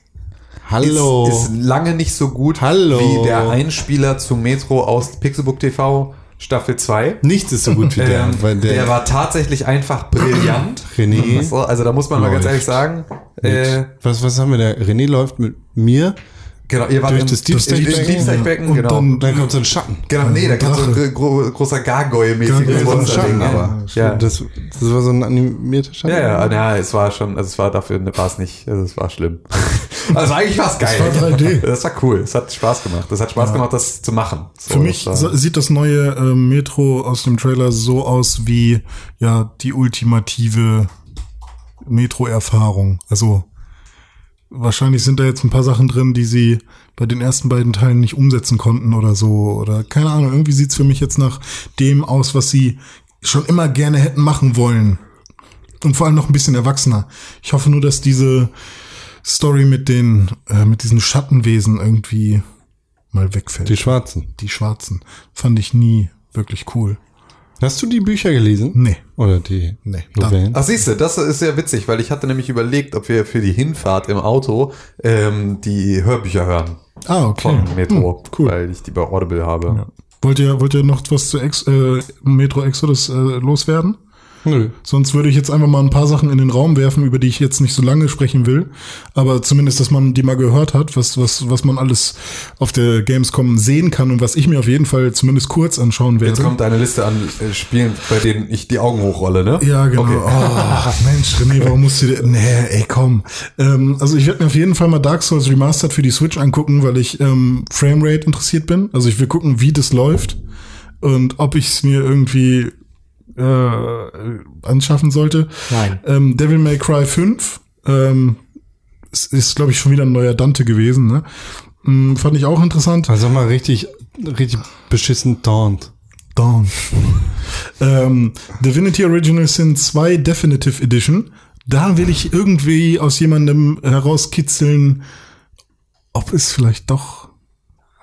A: Hallo.
C: Ist, ist lange nicht so gut
A: Hallo.
C: wie der Einspieler zu Metro aus Pixelbook TV Staffel 2.
A: Nichts ist so gut wie der,
C: Ähm,
A: weil
C: der,
A: der,
C: war tatsächlich einfach brillant.
A: René
C: So, Also da muss man mal ganz
A: Läuft.
C: ehrlich sagen, äh,
A: mit, was, was haben wir da? René läuft mit mir,
C: genau, ihr wart
A: Durch
C: im,
A: das
C: im,
A: Deepstack-
C: im Deepstack-Becken,
B: Und
C: genau.
B: dann-
A: dann kommt so ein Schatten.
C: genau, nee, da kommt so ein
B: Drache.
C: gro großer
B: Ja,
C: Gargoyle-mäßiges
B: so ein
C: Monster-Ding,
B: Schatten,
C: aber ja.
A: Das, das war so ein animierter Schatten.
C: Ja, ja, ja, es war schon, also es war dafür, ne, war es nicht, also es war schlimm. Also eigentlich war es geil.
B: Es war 3D.
C: Das war cool, es hat Spaß gemacht. Es hat Spaß gemacht, das zu machen. So,
B: Für mich
C: das
B: so- sieht das neue äh, Metro aus dem Trailer so aus wie ja die ultimative Metro-Erfahrung. Also wahrscheinlich sind da jetzt ein paar Sachen drin, die sie bei den ersten beiden Teilen nicht umsetzen konnten oder so. Oder keine Ahnung, irgendwie sieht's für mich jetzt nach dem aus, was sie schon immer gerne hätten machen wollen. Und vor allem noch ein bisschen erwachsener. Ich hoffe nur, dass diese Story mit den, äh, mit diesen Schattenwesen irgendwie mal wegfällt.
A: Die Schwarzen.
B: Die Schwarzen. Fand ich nie wirklich cool.
A: Hast du die Bücher gelesen?
B: Nee.
A: Oder die
B: Nee.
A: Novellen?
C: Ach siehst du, das ist sehr witzig, weil ich hatte nämlich überlegt, ob wir für die Hinfahrt im Auto ähm, die Hörbücher hören
B: Ah, okay.
C: von Metro,
B: Hm, cool.
C: weil ich die bei Audible habe.
B: Wollt ihr, wollt ihr noch was zu Ex äh, Metro Exodus äh, loswerden?
A: Nö.
B: Sonst würde ich jetzt einfach mal ein paar Sachen in den Raum werfen, über die ich jetzt nicht so lange sprechen will. Aber zumindest, dass man die mal gehört hat, was, was, was man alles auf der Gamescom sehen kann und was ich mir auf jeden Fall zumindest kurz anschauen werde.
C: Jetzt kommt eine Liste an äh, Spielen, bei denen ich die Augen hochrolle, ne?
B: Ja, genau.
C: Okay.
B: Oh, Mensch, René, warum musst du dir. Nee, ey, komm. Ähm, also ich werde mir auf jeden Fall mal Dark Souls Remastered für die Switch angucken, weil ich ähm, Framerate interessiert bin. Also ich will gucken, wie das läuft und ob ich es mir irgendwie äh, anschaffen sollte.
D: Nein.
B: Ähm, Devil May Cry 5. Ähm, es ist, glaube ich, schon wieder ein neuer Dante gewesen, ne? Hm, fand ich auch interessant.
A: Also mal richtig, richtig beschissen taunt.
B: Down. ähm, Divinity Original Sin 2 Definitive Edition. Da will ich irgendwie aus jemandem herauskitzeln, ob es vielleicht doch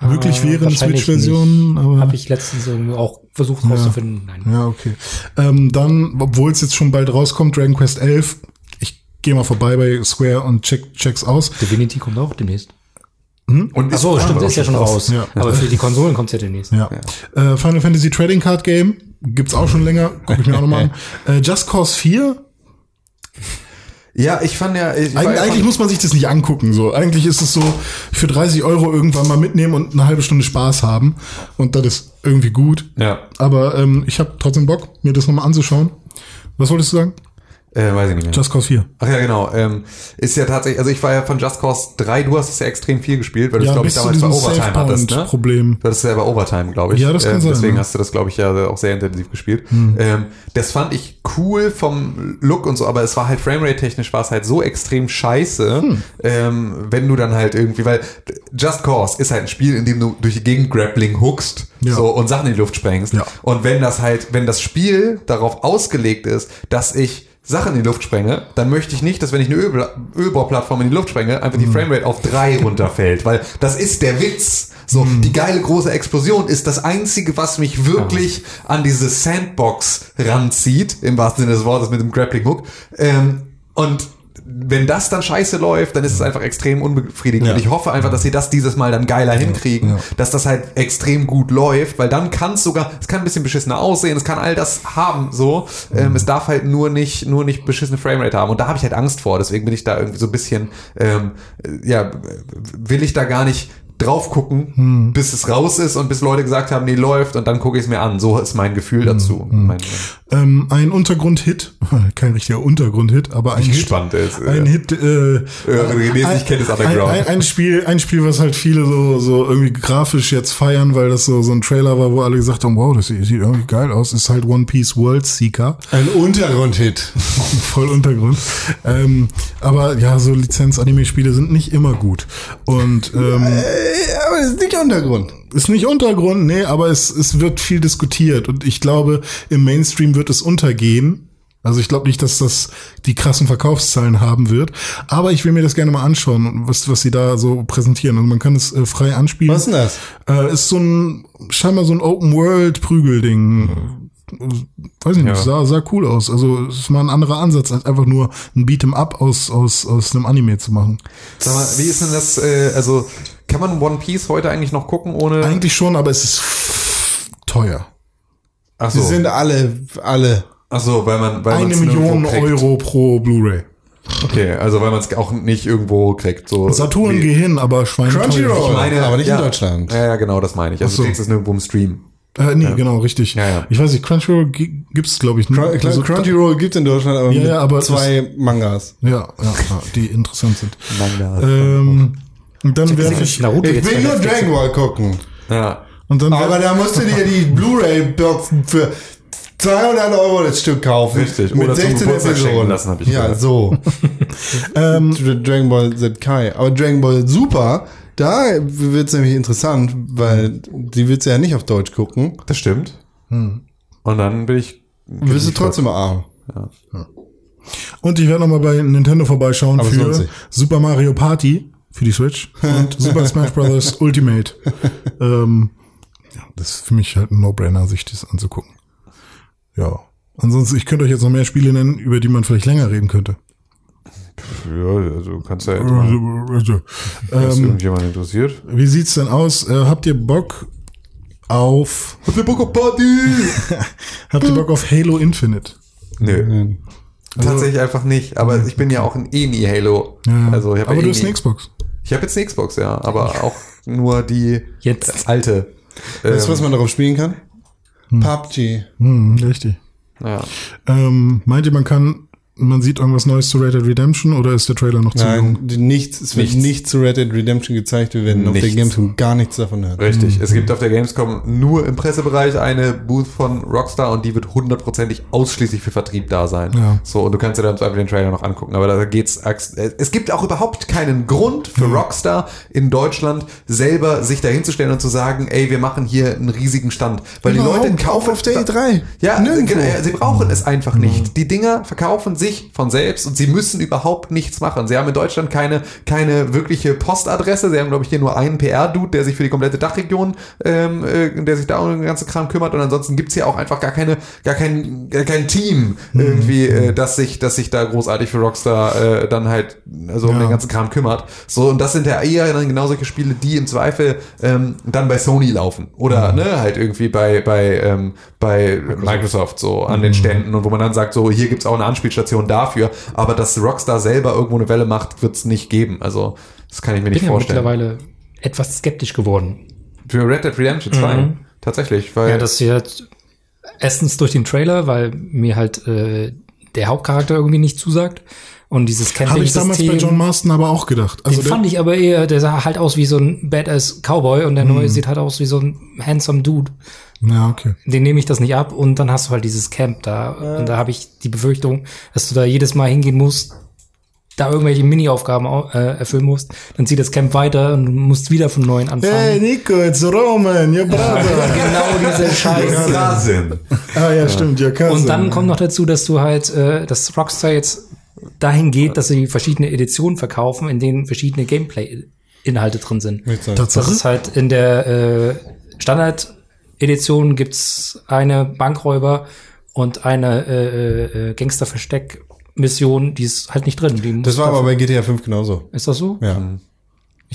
D: Äh,
B: wirklich wäre eine Switch-Version. aber-
D: Habe ich letztens irgendwie auch versucht rauszufinden. Nein.
B: ja, okay. Ähm, dann, obwohl es jetzt schon bald rauskommt, Dragon Quest 11. Ich gehe mal vorbei bei Square und check, check's aus.
D: Divinity kommt auch demnächst. Ah,
C: Und
D: Ach so,
C: ist-
D: stimmt,
C: aber
D: ist ja schon raus.
B: Ja.
D: Aber für die Konsolen kommt's ja demnächst.
B: Ja. Äh, Final Fantasy Trading Card Game gibt's auch schon länger. Guck ich mir auch nochmal an. Äh, Just Cause 4
C: Ja, ich fand ja. Ich war
B: Eig
C: ja von-
B: eigentlich muss man sich das nicht angucken. So. Eigentlich ist es so, für 30 Euro irgendwann mal mitnehmen und eine halbe Stunde Spaß haben. Und das ist irgendwie gut.
C: Ja,
B: Aber ähm, ich habe trotzdem Bock, mir das nochmal anzuschauen. Was wolltest du sagen?
C: äh, weiß ich nicht mehr.
B: Just Cause 4.
C: Ach ja, genau. Ähm, ist ja tatsächlich, also ich war ja von Just Cause 3, du hast es ja extrem viel gespielt, weil du es, glaube ich, damals bei Overtime hattest, ne?
B: Problem.
C: Du hattest ja bei Overtime, glaube ich. äh,
B: Ja, das kann sein,
C: Deswegen
B: ja. Hm.
C: hast du das, glaube ich, ja auch sehr intensiv gespielt. Ähm, das fand ich cool vom Look und so, aber es war halt Framerate-technisch war es halt so extrem scheiße,
B: Hm.
C: ähm, wenn du dann halt irgendwie, weil Just Cause ist halt ein Spiel, in dem du durch die Gegend Grappling hookst
B: Ja.
C: so, und Sachen in die Luft sprengst.
B: Ja.
C: Und wenn das halt, wenn das Spiel darauf ausgelegt ist, dass ich Sachen in die Luft sprenge, dann möchte ich nicht, dass wenn ich eine Öl Ölbohrplattform in die Luft sprenge, einfach die Framerate auf drei runterfällt, weil das ist der Witz. So, die geile große Explosion ist das einzige, was mich wirklich an diese Sandbox ranzieht, im wahrsten Sinne des Wortes mit dem Grappling Hook. Ähm, und wenn das dann scheiße läuft, dann ist es einfach extrem unbefriedigend.
A: Ja.
C: Und ich hoffe einfach, dass sie das dieses Mal dann geiler hinkriegen, dass das halt extrem gut läuft, weil dann kann es sogar, es kann ein bisschen beschissener aussehen, es kann all das haben, so. Ähm, es darf halt nur nicht, nur nicht beschissene Framerate haben. Und da habe ich halt Angst vor, deswegen bin ich da irgendwie so ein bisschen, ähm, äh, ja, will ich da gar nicht drauf gucken, bis es raus ist und bis Leute gesagt haben, nee, läuft und dann gucke ich es mir an. So ist mein Gefühl dazu. Mein,
B: Ähm, ein Untergrundhit, kein richtiger Untergrundhit, aber ein Hit.
C: gespannt ist. also
B: Ein Hit, äh,
C: René ist nicht Candice Underground.
B: Ein, ein, ein Spiel, ein Spiel, was halt viele so, so irgendwie grafisch jetzt feiern, weil das so, so ein Trailer war, wo alle gesagt haben, wow, das sieht sieht irgendwie geil aus, ist halt One Piece World Seeker.
A: Ein Untergrundhit.
B: Voll Untergrund. Ähm, aber ja, so Lizenz-Anime-Spiele sind nicht immer gut. Und ähm,
A: äh, aber das ist nicht Untergrund.
B: ist nicht Untergrund, nee, aber es, es wird viel diskutiert. Und ich glaube, im Mainstream wird es untergehen. Also ich glaube nicht, dass das die krassen Verkaufszahlen haben wird. Aber ich will mir das gerne mal anschauen, was, was sie da so präsentieren. Also man kann es äh, frei anspielen.
A: Was ist denn das?
B: Äh, ist so ein, scheinbar so ein Open-World-Prügelding. Weiß ich nicht, sah, sah cool aus. Also es ist mal ein anderer Ansatz, als einfach nur ein Beat'em-up aus, aus, aus einem Anime zu machen.
C: Sag mal, wie ist denn das, äh, also kann man One Piece heute eigentlich noch gucken ohne...
B: Eigentlich schon, aber es ist teuer.
C: Ach
A: Sie
C: so,
A: sind alle, alle.
C: ach so weil man... Weil
B: Eine
C: man's nirgendwo
B: Million
C: kriegt.
B: Euro pro Blu-ray.
C: Okay, also weil man es auch nicht irgendwo kriegt. So
B: Saturn
C: Wie-
B: geh hin, aber Schwein.
A: Crunchyroll.
B: teuer.
A: Aber nicht in Deutschland.
C: Ja, ja, genau, das meine ich. Also
B: so.
C: du kriegst es nirgendwo im Stream.
B: Äh, nee, genau, richtig.
C: Ja, ja.
B: Ich weiß nicht, Crunchyroll gi- gibt's glaube ich nicht. Also,
A: Crunchyroll gibt es in Deutschland, aber,
B: Ja, ja, aber
A: mit zwei Mangas.
B: Ja, ja, ja, die interessant sind.
C: Manga.
B: Ähm, und dann werfe
D: Ist
B: ich
D: Naruto jetzt bei Netflix?
A: Ball gucken.
C: Ja.
B: und dann
A: Aber
B: werf,
A: da musst du dir die Blu-ray-Boxen für 200 Euro das Stück kaufen.
C: Richtig,
A: Mit
C: oder zum
A: 16
C: Geburtstag schenken
A: Episoden.
C: lassen, hab ich
A: ja,
C: gehört.
A: so. ähm, Dragon Ball Z Kai. Aber Dragon Ball Super, da wird's nämlich interessant, weil die willst du ja nicht auf Deutsch gucken.
C: Das stimmt. Und dann bin ich...
A: Wirst du trotzdem arm.
B: und ich werde nochmal bei Nintendo vorbeischauen
A: Aber es lohnt
B: für
A: sich.
B: Super Mario Party. für die Switch und Super Smash Bros. Ultimate. Ähm, ja, das ist für mich halt ein No-Brainer, sich das anzugucken. Ja. Ansonsten, ich könnte euch jetzt noch mehr Spiele nennen, über die man vielleicht länger reden könnte.
C: Ja, also kannst du ja jetzt mal, falls
B: Ähm,
C: irgendjemand interessiert.
B: wie sieht's denn aus? Äh, habt ihr Bock auf
C: Habt ihr Bock auf Party?
B: Habt ihr Bock auf Halo Infinite?
C: Nö. Tatsächlich einfach nicht. Aber ich bin ja auch ein eh nie Halo. Also ich hab
B: Aber
C: ja eh
B: du hast
C: nie-
B: eine Xbox.
C: Ich habe jetzt eine Xbox, ja. Aber auch nur die
D: Jetzt.
C: alte. ähm,
A: Weißt du, was man darauf spielen kann? PUBG.
B: Hm, richtig.
C: Ja.
B: Ähm, meint ihr, man kann, man sieht irgendwas Neues zu Red Dead Redemption oder ist der Trailer noch zu jung?
A: Nein, die- nichts, es wird
C: Nichts.
A: nichts. zu Red Dead Redemption gezeigt. Wir werden auf der
C: Nichts.
A: Gamescom gar nichts davon hören.
C: Richtig. Es gibt auf der Gamescom nur im Pressebereich eine Booth von Rockstar und die wird hundertprozentig ausschließlich für Vertrieb da sein.
B: Ja.
C: So, und du kannst dir dann zum Beispiel den Trailer noch angucken. Aber da geht's. ax- Es gibt auch überhaupt keinen Grund für
A: Mhm.
C: Rockstar in Deutschland selber sich dahinzustellen und zu sagen, ey, wir machen hier einen riesigen Stand. Weil
A: Überhaupt.
C: die Leute kaufen E
A: Auf der E E3.
C: Ja,
A: Nirgendwo.
C: genau, ja, sie brauchen es einfach nicht. Die Dinger verkaufen sich von selbst und sie müssen überhaupt nichts machen. Sie haben in Deutschland keine, keine wirkliche Postadresse. Sie haben, glaube ich, hier nur einen PR-Dude, der sich für die komplette Dachregion, ähm, äh, der sich da um den ganzen Kram kümmert. Und ansonsten gibt's hier auch einfach gar keine, gar kein, gar kein Team irgendwie, äh, das sich, das sich da großartig für Rockstar äh, dann halt also um
B: Ja.
C: den ganzen Kram kümmert. So, und das sind ja eher dann genau solche Spiele, die im Zweifel ähm, dann bei Sony laufen. Oder ne, halt irgendwie bei, bei, ähm, bei Microsoft so an den Ständen und wo man dann sagt, so hier gibt's auch eine Anspielstation dafür, aber dass Rockstar selber irgendwo eine Welle macht, wird's nicht geben. Also das kann ich mir
D: Ich
C: nicht
D: bin ja
C: vorstellen.
D: mittlerweile etwas skeptisch geworden.
C: Für Red Dead Redemption 2.
D: Mhm.
C: Tatsächlich, weil
D: Ja, das hier hat- erstens durch den Trailer, weil mir halt äh, der Hauptcharakter irgendwie nicht zusagt. Und dieses
B: Habe ich damals bei John
D: Camping-System,
B: Marston aber auch gedacht. Also
D: den fand ich aber eher, der sah halt aus wie so ein badass Cowboy und der
B: Hm.
D: neue sieht halt aus wie so ein handsome Dude.
B: ja, okay.
D: Den nehme ich das nicht ab und dann hast du halt dieses Camp da. Und da habe ich die Befürchtung, dass du da jedes Mal hingehen musst, da irgendwelche Mini-Aufgaben au- äh, erfüllen musst. Dann zieht das Camp weiter und du musst wieder von neuem anfangen.
B: Nico, it's Roman, your brother.
D: Genau diese Scheiße.
C: Sinn.
B: ah ja, stimmt, your cousin.
D: Und dann kommt noch dazu, dass du halt, äh, dass Rockstar jetzt dahin geht, dass sie verschiedene Editionen verkaufen, in denen verschiedene Gameplay-Inhalte drin sind. Das
B: Tatsache.
D: ist halt in der äh, Standard-Edition gibt's eine Bankräuber und eine äh, äh, Gangster-Versteck-Mission, die ist halt nicht drin. Die
A: Das
D: muss
A: war aber
D: dafür-
A: bei GTA 5 genauso.
D: Ist das
C: Hm.
D: so?
A: Ja.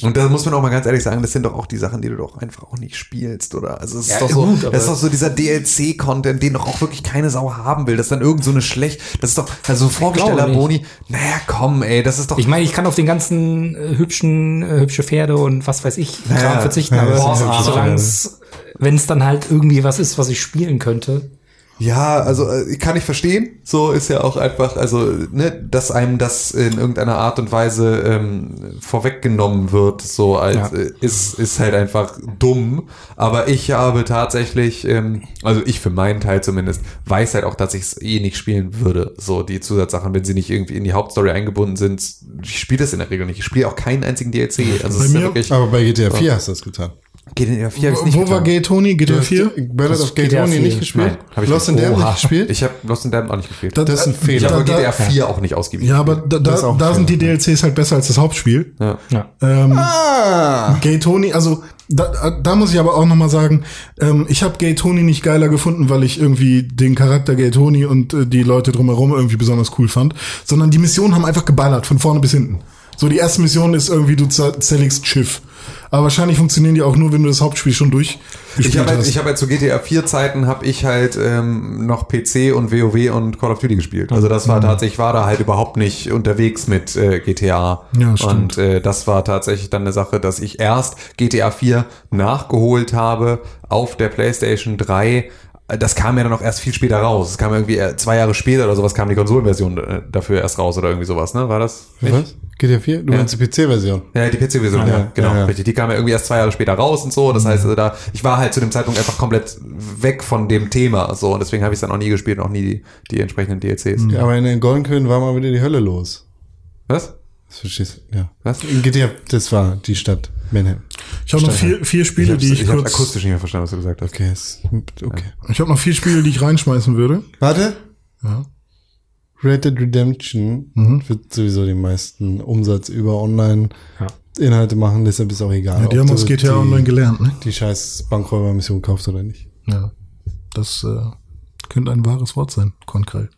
C: Und da muss man auch mal ganz ehrlich sagen, das sind doch auch die Sachen, die du doch einfach auch nicht spielst, oder? Also es ist
D: Ja,
C: doch so,
D: gut, aber-
C: das ist doch so dieser DLC-Content, den doch auch wirklich keine Sau haben will. Das ist dann irgend so eine schlecht, das ist doch, also Vorgesteller-Boni, naja, komm, ey, das ist doch.
D: Ich meine, ich kann auf den ganzen äh, hübschen, äh, hübsche Pferde und was weiß ich
C: Ja,
D: Kram verzichten,
C: ja,
D: aber
C: ja, ja.
D: solang's, wenn es dann halt irgendwie was ist, was ich spielen könnte,
C: Ja, also äh, kann ich verstehen. So ist ja auch einfach, also ne, dass einem das in irgendeiner Art und Weise ähm, vorweggenommen wird, so als
D: Ja.
C: äh, ist ist halt einfach dumm. Aber ich habe tatsächlich, ähm, also ich für meinen Teil zumindest, weiß halt auch, dass ich es eh nicht spielen würde. So die Zusatzsachen, wenn sie nicht irgendwie in die Hauptstory eingebunden sind, ich spiele das in der Regel nicht. Ich spiele auch keinen einzigen DLC. Also es ist ja
B: mir-
C: wirklich.
A: Aber bei GTA 4 hast du das getan.
C: GTA 4 hab
B: Wo war Gay Tony? GTA 4?
A: Battle of Gate
D: GTA
A: 4
D: 4.
A: nicht gespielt?
C: Nein, hab ich
A: Lost
C: nicht.
A: in Damned
C: Oha.
A: nicht gespielt?
C: Ich habe Lost in Damned auch nicht gespielt.
A: das ist ein
C: Ich
A: Fehler.
C: habe
B: Da-
C: GTA 4 auch nicht ausgiebig.
B: Ja, aber da,
A: Das ist
B: da,
A: auch
B: da
A: fair.
B: sind die DLCs halt besser als das Hauptspiel.
C: Ja.
D: ja.
B: Ähm, Gay Tony, also da, da muss ich aber auch noch mal sagen, ähm, ich habe Gay Tony nicht geiler gefunden, weil ich irgendwie den Charakter Gay Tony und äh, die Leute drumherum irgendwie besonders cool fand, sondern die Missionen haben einfach geballert von vorne bis hinten. So die erste Mission ist irgendwie du zer- zerlegst Schiff, aber wahrscheinlich funktionieren die auch nur, wenn du das Hauptspiel schon
C: Ich
B: durchgespielt
C: habe halt,
B: hast.
C: ich hab halt zu GTA 4 Zeiten habe ich halt ähm, noch PC und WoW und Call of Duty gespielt. Also das
A: Mhm.
C: war tatsächlich, ich war da halt überhaupt nicht unterwegs mit äh, GTA.
B: Ja, stimmt.
C: Und äh, das war tatsächlich dann eine Sache, dass ich erst GTA 4 nachgeholt habe auf der PlayStation 3. Das kam ja dann auch erst viel später raus. Es kam irgendwie äh, zwei Jahre später oder sowas kam die Konsolenversion äh, dafür erst raus oder irgendwie sowas, ne? War das?
A: Was? GTA 4? Du meinst die PC-Version?
C: Ja, die PC-Version, ja,
A: ja,
C: genau,
A: ja, ja.
C: richtig. Die kam ja irgendwie erst zwei Jahre später raus und so. Das heißt, also da, ich war halt zu dem Zeitpunkt einfach komplett weg von dem Thema. So, und deswegen habe ich es dann auch nie gespielt und auch nie die, die entsprechenden DLCs.
A: Ja, aber in Goldenkirchen war mal wieder die Hölle los.
C: Was?
A: Das verstehst du? Ja.
C: Was?
A: In GTA, das war die Stadt Manhattan.
B: Ich habe noch vier, vier Spiele,
C: hab's-
B: die ich,
C: ich hab's
B: kurz.
C: akustisch nicht mehr verstanden, was du gesagt hast.
A: Okay, ist, okay.
B: Ich habe noch vier Spiele, die ich reinschmeißen würde.
A: Warte.
B: Ja. Mhm.
A: Red Dead Redemption wird sowieso den meisten Umsatz über online Inhalte machen, deshalb ist auch egal.
B: Ja, die
A: ob
B: haben
A: du
B: aus GTA
A: die,
B: Online Hm. gelernt, ne?
A: die scheiß Bankräubermission kaufst oder nicht.
B: Ja. Das äh, könnte ein wahres Wort sein, Konkrell.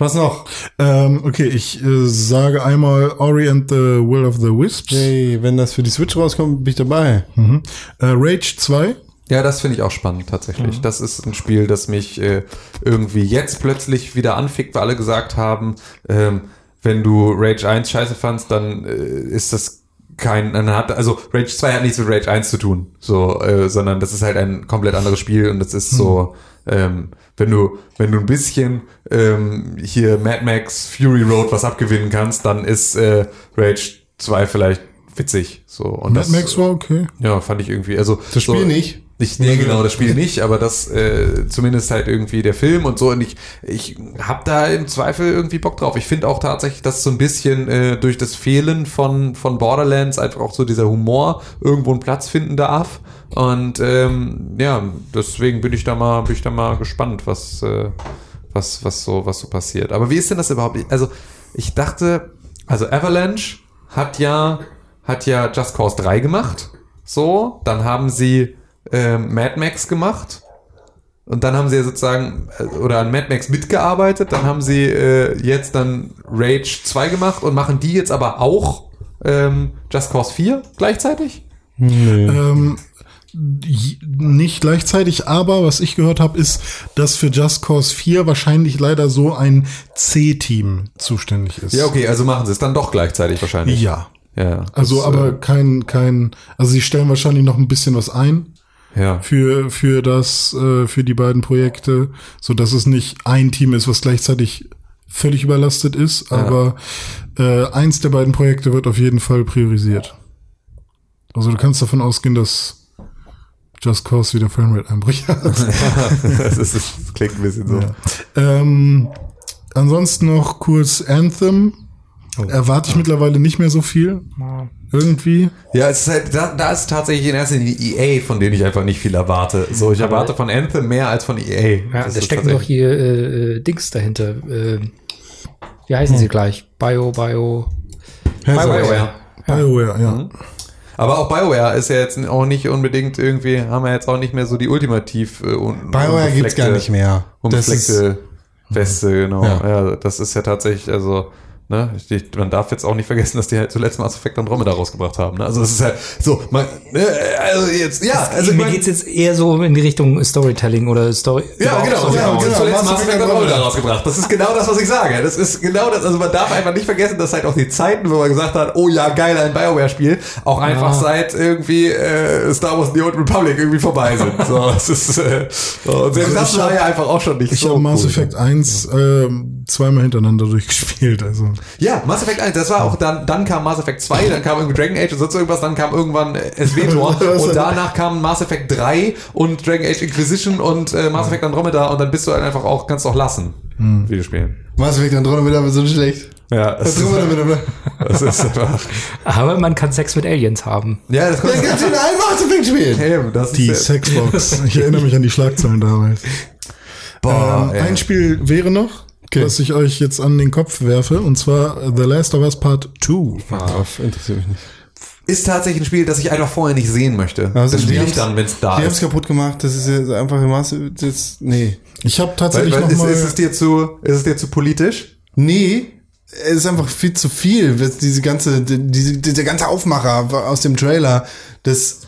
A: Was noch?
B: Ähm, okay, ich äh, sage einmal Ori and the Will of the Wisps.
A: Yay, wenn das für die Switch rauskommt, bin ich dabei.
B: Mhm. Äh, Rage 2.
C: Ja, das finde ich auch spannend tatsächlich.
B: Mhm.
C: Das ist ein Spiel, das mich äh, irgendwie jetzt plötzlich wieder anfickt, weil alle gesagt haben, ähm, wenn du Rage 1 scheiße fandst, dann äh, ist das kein, dann hat, also Rage 2 hat nichts mit Rage 1 zu tun, so, äh, sondern das ist halt ein komplett anderes Spiel und das ist
B: Mhm.
C: so, ähm, wenn du, wenn du ein bisschen ähm, hier Mad Max Fury Road was abgewinnen kannst, dann ist äh, Rage 2 vielleicht witzig, so. Und
B: Mad
C: das-
B: Max war okay.
C: ja, fand ich irgendwie. Also
A: Das Spiel
C: so,
A: nicht.
C: Ich, nee, genau, das Spiel nicht, aber das äh, zumindest halt irgendwie der Film und so. Und ich, ich hab da im Zweifel irgendwie Bock drauf. Ich finde auch tatsächlich, dass so ein bisschen äh, durch das Fehlen von, von Borderlands einfach auch so dieser Humor irgendwo einen Platz finden darf. Und ähm, ja, deswegen bin ich da mal, bin ich da mal gespannt, was, äh, was, was so, was so passiert. Aber wie ist denn das überhaupt? Also, ich dachte, also Avalanche hat ja, hat ja Just Cause 3 gemacht. So, dann haben sie ähm, Mad Max gemacht. Und dann haben sie ja sozusagen, äh, oder an Mad Max mitgearbeitet. Dann haben sie äh, jetzt dann Rage 2 gemacht und machen die jetzt aber auch ähm, Just Cause 4 gleichzeitig?
B: äh, Ähm, j- nicht gleichzeitig, aber was ich gehört habe, ist, dass für Just Cause 4 wahrscheinlich leider so ein C-Team zuständig ist.
C: Ja, okay, also machen sie es dann doch gleichzeitig wahrscheinlich.
B: Ja.
C: Ja,
B: Also
C: das, äh,
B: aber kein, kein, also sie stellen wahrscheinlich noch ein bisschen was ein
C: äh, ja.
B: für, für das, äh, für die beiden Projekte, so dass es nicht ein Team ist, was gleichzeitig völlig überlastet ist, aber äh, eins der beiden Projekte wird auf jeden Fall priorisiert. Also du kannst davon ausgehen, dass Just Cause wieder Framerate Einbrecher hat.
C: das, ist, das klingt ein bisschen so.
B: Ähm, ansonsten noch kurz Anthem.
C: Oh.
B: Erwarte ich mittlerweile nicht mehr so viel. Irgendwie.
C: Ja, es ist halt, da, da ist tatsächlich in erster Linie die EA, von denen ich einfach nicht viel erwarte. So, ich erwarte von Anthem mehr als von EA.
D: Ja,
C: Das
D: da
C: ist
D: stecken doch
C: tatsächlich-
D: hier äh, äh, Dings dahinter. Äh, wie heißen
C: Hm.
D: sie gleich? Bio, Bio.
C: BioWare.
B: BioWare, ja.
A: Mhm.
C: Aber auch BioWare ist ja jetzt auch nicht unbedingt irgendwie, haben wir jetzt auch nicht mehr so die ultimativ äh, un
A: BioWare gibt's
C: unbefleckte-
A: gar nicht mehr. Das ist,
C: Unbefleckte Weste, genau. Ja.
A: Ja.
C: das ist ja tatsächlich, also, ne, ich- ich, man darf jetzt auch nicht vergessen, dass die halt zuletzt Mass Effect Andromeda rausgebracht haben. Ne? Also es ist halt so, man, ne, also jetzt, ja, also
D: Also mir
C: man-
D: geht's jetzt eher so in die Richtung Storytelling oder Story.
C: Ja, genau,
A: so,
C: genau,
A: ja, genau.
C: Zuletzt
A: Mass
C: Mass Effect
A: Effect
C: Andromeda
A: Andromeda.
C: rausgebracht. Das ist genau das, was ich sage. Das ist genau das. Also man darf einfach nicht vergessen, dass halt auch die Zeiten, wo man gesagt hat, oh ja, geil, ein Bioware-Spiel, auch einfach seit irgendwie äh, Star Wars The Old Republic irgendwie vorbei sind. So, es ist, äh, so, und selbst das
B: Also ich
C: war
B: hab-
C: ja einfach auch schon nicht
B: Ich
C: so
B: habe Mass
C: cool.
B: Effect 1 ähm, zweimal hintereinander durchgespielt. Also
C: Ja, Mass Effect 1, das war auch dann, dann kam Mass Effect 2, dann kam irgendwie Dragon Age und sonst irgendwas, dann kam irgendwann äh, SWTOR
B: Was
C: und
B: denn?
C: danach kamen Mass Effect 3 und Dragon Age Inquisition und äh, Mass Effect Andromeda und dann bist du halt einfach auch, kannst auch lassen,
B: Hm.
C: Videospielen.
A: Mass Effect Andromeda war so schlecht.
C: Ja, das ist,
A: Andromeda.
C: das ist einfach.
D: Aber man kann Sex mit Aliens haben.
C: Ja, das kommt
A: Es gibt den einen Mass Effect Spiel.
C: Eben, das
B: die
C: ist,
B: Sexbox. Ich erinnere mich an die Schlagzeilen damals.
C: boah,
B: ähm,
C: ey.
B: ein Spiel wäre noch, was ich euch jetzt an den Kopf werfe, und zwar The Last of Us Part 2.
A: Ah, Interessiert mich nicht.
C: ist tatsächlich ein Spiel, das ich einfach vorher nicht sehen möchte.
A: Also
C: das
A: die
C: spiele ich
A: haben's-
C: dann, wenn es da
A: Die haben es
C: ist.
A: kaputt gemacht. Das ist jetzt einfach im Maße. Das, nee.
B: Ich habe
C: Weil,
B: tatsächlich
C: weil ist,
B: nochmal.
C: ist es dir zu, ist es dir zu politisch?
A: Nee. Es ist einfach viel zu viel. was Diese ganze, die- diese, dieser ganze Aufmacher aus dem Trailer, das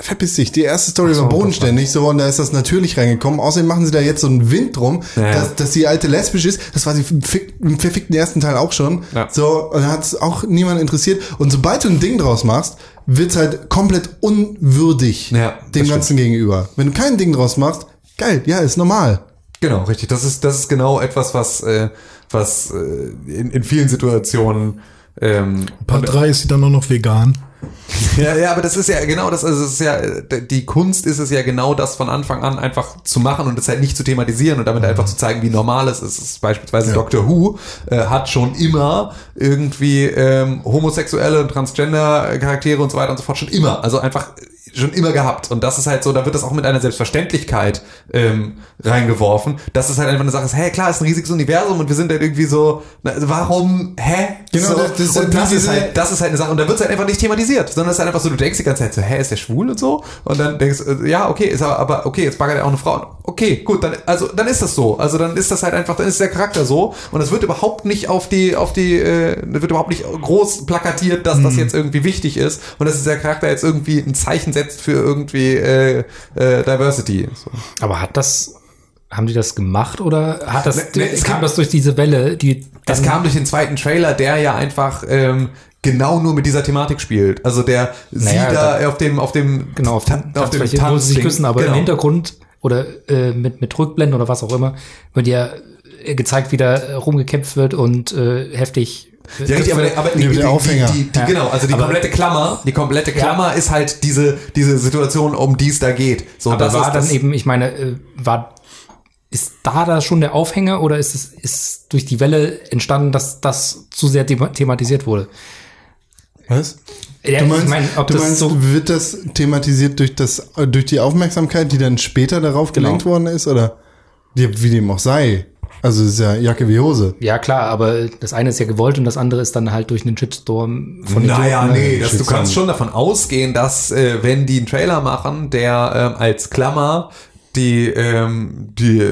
A: verpiss dich. Die erste Story war bodenständig, so, und da ist das natürlich reingekommen. Außerdem machen sie da jetzt so einen Wind drum,
C: Ja.
A: dass, dass die alte lesbisch ist. Das war sie im fick- im verfickten ersten Teil auch schon.
C: Ja.
A: So, und da hat es auch niemand interessiert. Und sobald du ein Ding draus machst, wird's halt komplett unwürdig
C: Ja,
A: dem
C: das
A: Ganzen gegenüber. Wenn du kein Ding draus machst, geil, ja, ist normal.
C: Genau, richtig. Das ist, das ist genau etwas, was, äh, was äh, in, in vielen Situationen ähm,
B: Part 3 ist sie dann auch noch vegan.
C: Ja, ja, aber das ist ja genau das, also es ist ja, äh, die Kunst ist es ja genau das von Anfang an einfach zu machen und es halt nicht zu thematisieren und damit
A: Mhm.
C: einfach zu zeigen, wie normal es ist. Es ist beispielsweise Doctor Who äh, hat schon immer irgendwie ähm, homosexuelle und transgender Charaktere und so weiter und so fort schon immer, also einfach schon immer gehabt. Und das ist halt so, da wird das auch mit einer Selbstverständlichkeit ähm, reingeworfen. Das ist halt einfach eine Sache, ist, hey, klar, ist ein riesiges Universum und wir sind halt irgendwie so, na, warum, hä? Genau, so.
A: das- das ist
C: und
A: halt
C: das
A: diese-
C: ist halt, das ist halt eine Sache. Und da wird es halt einfach nicht thematisiert, sondern es ist halt einfach so, du denkst die ganze Zeit so, hä, ist der schwul und so? Und dann denkst du, äh, ja, okay, ist aber, aber okay, jetzt baggert er auch eine Frau. an. Okay, gut, dann, also, dann ist das so. Also dann ist das halt einfach, dann ist der Charakter so. Und es wird überhaupt nicht auf die, auf die, äh, wird überhaupt nicht groß plakatiert, dass das jetzt irgendwie wichtig ist. Und dass dieser Charakter jetzt irgendwie ein Zeichen setzt für irgendwie, äh, äh, Diversity. So.
D: Aber hat das, haben die das gemacht oder hat das,
C: Nee, nee, Ne, es
D: kam
C: kam-
D: das durch diese Welle, die
C: Das
D: dann-
C: kam durch den zweiten Trailer, der ja einfach ähm, genau nur mit dieser Thematik spielt. Also der
D: Naja,
C: sie da auf dem auf dem
D: genau auf,
C: Ta- auf dem
D: Tanzfläche, wo sie sich
C: Tanzding-
D: küssen, aber
C: genau.
D: im Hintergrund oder äh, mit mit Rückblenden oder was auch immer wird ja äh, gezeigt, wie da äh, rumgekämpft wird und äh, heftig. äh,
C: Ja, richtig, aber, aber
A: Nee,
C: die,
A: der
C: die,
A: Aufhänger.
C: Die, die, die,
D: Ja.
C: Genau, also die
D: Aber-
C: komplette Klammer, die komplette Klammer ist halt diese diese Situation, um die es da geht. So
D: aber
C: das
D: war
C: ist
D: dann
C: das,
D: eben, ich meine, äh, war ist da da schon der Aufhänger oder ist es ist durch die Welle entstanden, dass das zu sehr thema- thematisiert wurde?
A: Was?
D: Ja,
A: Du meinst,
D: ich meine, ob
A: du
D: das
A: meinst
D: so
A: wird das thematisiert durch, das, äh, durch die Aufmerksamkeit, die dann später darauf
C: Genau.
A: gelenkt worden ist? Oder die, wie dem auch sei? Also es ist ja Jacke wie Hose.
D: Ja, klar, aber das eine ist ja gewollt und das andere ist dann halt durch einen Shitstorm von
C: Naja,
A: Idioten,
C: nee,
A: ne?
C: das, du
A: Schützen.
C: kannst schon davon ausgehen, dass äh, wenn die einen Trailer machen, der ähm, als Klammer die ähm, die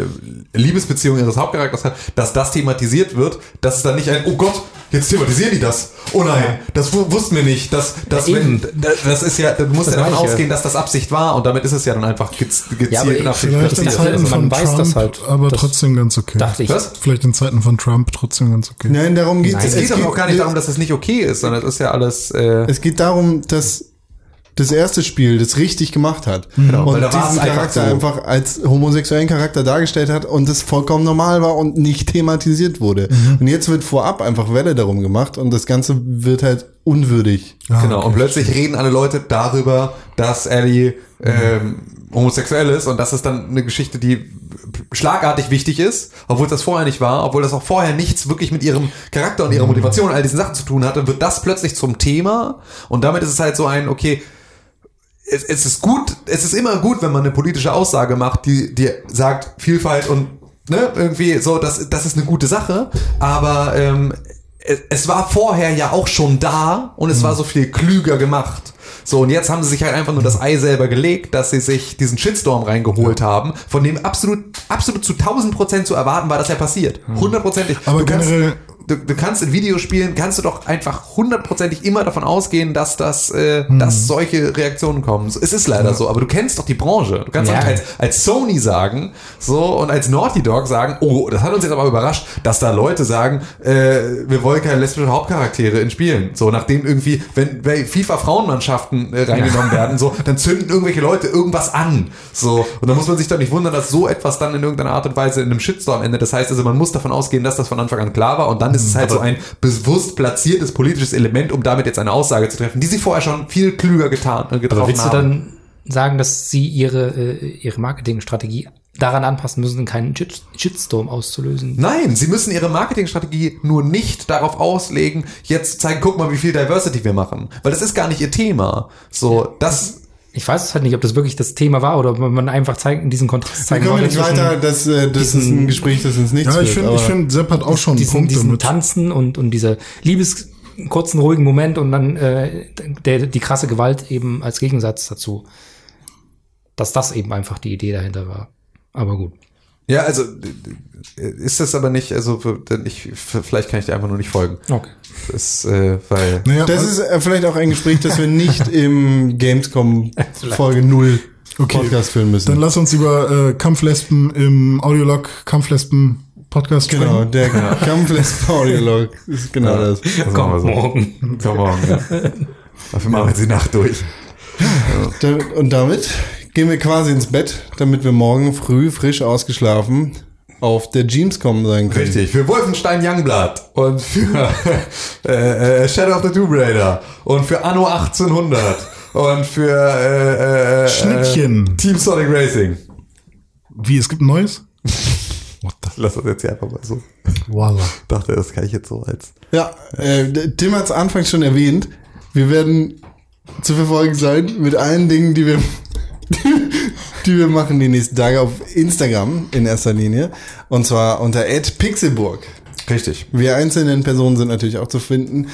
C: Liebesbeziehung ihres Hauptcharakters hat, dass das thematisiert wird, dass es dann nicht ein Oh Gott, jetzt thematisieren die das. Oh nein, das wu- wussten wir nicht. Das das
D: Ja,
C: wenn,
D: eben.
C: das, das ist ja, du musst ja
D: Das
C: davon
D: meine ich ja.
C: ausgehen, dass das Absicht war und damit ist es ja dann einfach gez, gezielt
D: aber ich-
C: und absichtlich
B: Vielleicht in
C: passiert.
D: Zeit-
B: Zeiten
D: also man
B: von
D: weiß
B: Trump,
D: das halt.
B: aber
D: Das-
B: trotzdem ganz okay.
D: dachte ich.
C: Was?
B: Vielleicht in Zeiten von Trump trotzdem ganz okay.
A: Nein, darum geht's.
D: Nein,
A: es
C: Es geht
A: geht
C: aber auch gar nicht darum, dass das nicht okay ist, sondern es ist ja alles äh,
A: Es geht darum, dass das erste Spiel das richtig gemacht hat.
C: Mhm. Genau, weil
A: Und
C: da war
A: diesen
C: es einfach
A: Charakter
C: so.
A: einfach als homosexuellen Charakter dargestellt hat und das vollkommen normal war und nicht thematisiert wurde.
C: Mhm.
A: Und jetzt wird vorab einfach Welle darum gemacht und das Ganze wird halt unwürdig.
B: Ah,
C: genau,
B: okay.
C: und plötzlich reden alle Leute darüber, dass Ellie
B: Mhm.
C: ähm, homosexuell ist und das ist dann eine Geschichte, die schlagartig wichtig ist, obwohl das vorher nicht war, obwohl das auch vorher nichts wirklich mit ihrem Charakter und ihrer
B: Mhm.
C: Motivation und all diesen Sachen zu tun hatte, wird das plötzlich zum Thema und damit ist es halt so ein, okay, es, es ist gut, es ist immer gut, wenn man eine politische Aussage macht, die dir sagt, Vielfalt und ne, irgendwie so, das, das ist eine gute Sache, aber ähm, es, es war vorher ja auch schon da und es
B: Mhm.
C: war so viel klüger gemacht. So, und jetzt haben sie sich halt einfach nur das Ei selber gelegt, dass sie sich diesen Shitstorm reingeholt haben, von dem absolut, absolut zu 1000 Prozent zu erwarten war, dass er passiert. Hundertprozentig.
B: Mhm. Aber
C: Du kannst-
B: generell-
C: du, du kannst in Videospielen, kannst du doch einfach hundertprozentig immer davon ausgehen, dass das, äh,
D: Hm.
C: dass solche Reaktionen kommen. Es ist leider so, aber du kennst doch die Branche. Du kannst
D: Ja.
C: doch halt als, als Sony sagen, so, und als Naughty Dog sagen, oh, das hat uns jetzt aber überrascht, dass da Leute sagen, äh, wir wollen keine lesbischen Hauptcharaktere in Spielen. So, nachdem irgendwie, wenn bei FIFA Frauenmannschaften äh, reingenommen werden, so, dann zünden irgendwelche Leute irgendwas an. So, und dann muss man sich doch nicht wundern, dass so etwas dann in irgendeiner Art und Weise in einem Shitstorm endet. Das heißt also, man muss davon ausgehen, dass das von Anfang an klar war und dann ist es halt so ein bewusst platziertes politisches Element, um damit jetzt eine Aussage zu treffen, die sie vorher schon viel klüger getan, äh, getroffen
D: Aber willst du
C: haben.
D: dann sagen, dass sie ihre, äh, ihre Marketingstrategie daran anpassen müssen, keinen Shit- Shitstorm
A: Hm.
D: auszulösen?
C: Nein, sie müssen ihre Marketingstrategie nur nicht darauf auslegen, jetzt zu zeigen, guck mal, wie viel Diversity wir machen. Weil das ist gar nicht ihr Thema. So, das,
D: Ich weiß es halt nicht, ob das wirklich das Thema war oder ob man einfach zeigen, diesen Kontrast
A: Wir
D: zeigen
A: kommen
D: wollte
A: jetzt weiter, das, äh, das ist ein Gespräch, das uns nichts
B: Ja, ich
A: führt,
B: finde, ich
A: aber-
B: find, Sepp hat auch schon einen
D: diesen,
B: Punkt
D: diesen
B: damit.
D: Tanzen und, und dieser Liebes kurzen, ruhigen Moment und dann äh, der, die krasse Gewalt eben als Gegensatz dazu. Dass das eben einfach die Idee dahinter war. Aber gut.
C: ja, also, äh, ist das aber nicht, also, denn ich, vielleicht kann ich dir einfach nur nicht folgen.
D: Okay.
C: Das, äh, weil,
B: Naja,
A: Das ist äh, vielleicht auch ein Gespräch, das wir nicht im Gamescom Folge 0
B: Okay.
A: Podcast führen müssen.
B: dann lass uns über äh, Kampflespen im Audiolog Kampflespen Podcast
A: genau,
B: sprechen.
A: der Kampfless Audiolog ist genau das.
C: also
D: Komm,
C: machen wir so.
D: morgen.
C: Komm morgen. Ja. Dafür machen wir jetzt die Nacht durch.
A: Da- Und damit gehen wir quasi ins Bett, damit wir morgen früh frisch ausgeschlafen auf der Gamescom sein können.
C: Richtig, für Wolfenstein Youngblood und für äh, äh, Shadow of the Tomb Raider und für Anno 1800 und für äh, äh, äh,
B: Schnittchen.
C: Team Sonic Racing.
B: Wie, es gibt ein neues?
C: Lass das jetzt hier einfach mal so.
B: Voila.
C: Dachte, das kann ich jetzt so als.
A: Ja, äh, der Tim hat es anfangs schon erwähnt. Wir werden zu verfolgen sein mit allen Dingen, die wir, die, die wir machen die nächsten Tage auf Instagram in erster Linie. Und zwar unter @pixelburg.
C: Richtig.
A: Wir einzelnen Personen sind natürlich auch zu finden.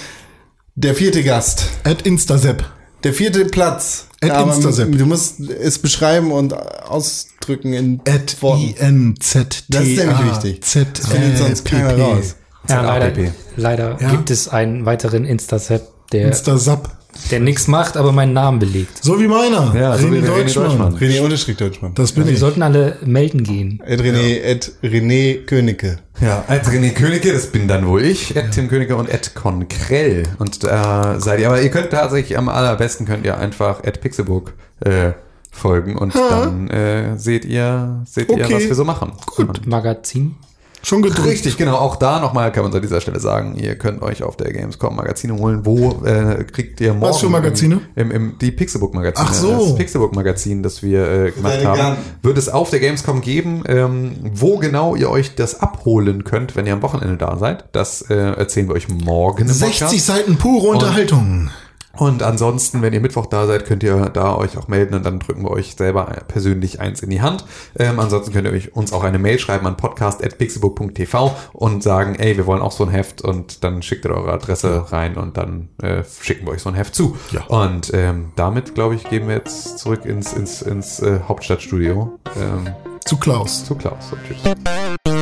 A: Der vierte Gast,
B: At Instasepp.
A: der vierte Platz.
B: At
A: Aber
B: Instasepp.
A: Du musst es beschreiben und ausdrücken in
B: At
A: Worten.
B: I-N-Z-T-A.
A: Das ist nämlich wichtig.
B: Z
A: Das findet sonst keiner raus.
D: Ja, Äh, leider
C: APP.
D: leider
B: Ja.
D: gibt es einen weiteren Insta-Set, der,
B: Instasap.
D: der nichts macht, aber meinen Namen belegt.
B: So wie meiner.
C: Ja, so wie René Deutschmann.
A: René Unterstrich Deutschmann.
B: Das bin
D: Wir
B: ich.
D: sollten alle melden gehen.
A: At René, at René Königke.
C: Ja, Ed René Königke, das bin dann wohl ich, Ed Tim Königke und Ed Konkrell. Und da seid ihr, aber ihr könnt tatsächlich am allerbesten könnt ihr einfach Ed Pixelburg äh, folgen und dann äh, seht ihr, seht ihr,
B: Okay.
C: was wir so machen. Gut.
D: Magazin.
B: Schon gedrückt.
C: Richtig, genau. Auch da nochmal kann man es an dieser Stelle sagen, ihr könnt euch auf der Gamescom Magazine holen. Wo äh, kriegt ihr morgen?
B: für Magazine?
C: Im, im, im, die Pixelbook-Magazine.
B: Ach so.
C: Das Pixelbook-Magazin, das wir äh, gemacht
A: Seine
C: haben,
A: Garten.
C: wird es auf der Gamescom geben. Ähm, wo genau ihr euch das abholen könnt, wenn ihr am Wochenende da seid, das äh, erzählen wir euch morgen im
B: 60
C: Podcast.
B: Seiten pure Unterhaltung.
C: Und ansonsten, wenn ihr Mittwoch da seid, könnt ihr da euch auch melden und dann drücken wir euch selber persönlich eins in die Hand. Ähm, ansonsten könnt ihr euch, uns auch eine Mail schreiben an podcast.pixelbook.tv und sagen, ey, wir wollen auch so ein Heft und dann schickt ihr eure Adresse rein und dann äh, schicken wir euch so ein Heft zu.
B: Ja.
C: Und ähm, damit, glaube ich, gehen wir jetzt zurück ins, ins, ins äh, Hauptstadtstudio ähm,
B: Zu Klaus.
C: zu Klaus. Und tschüss.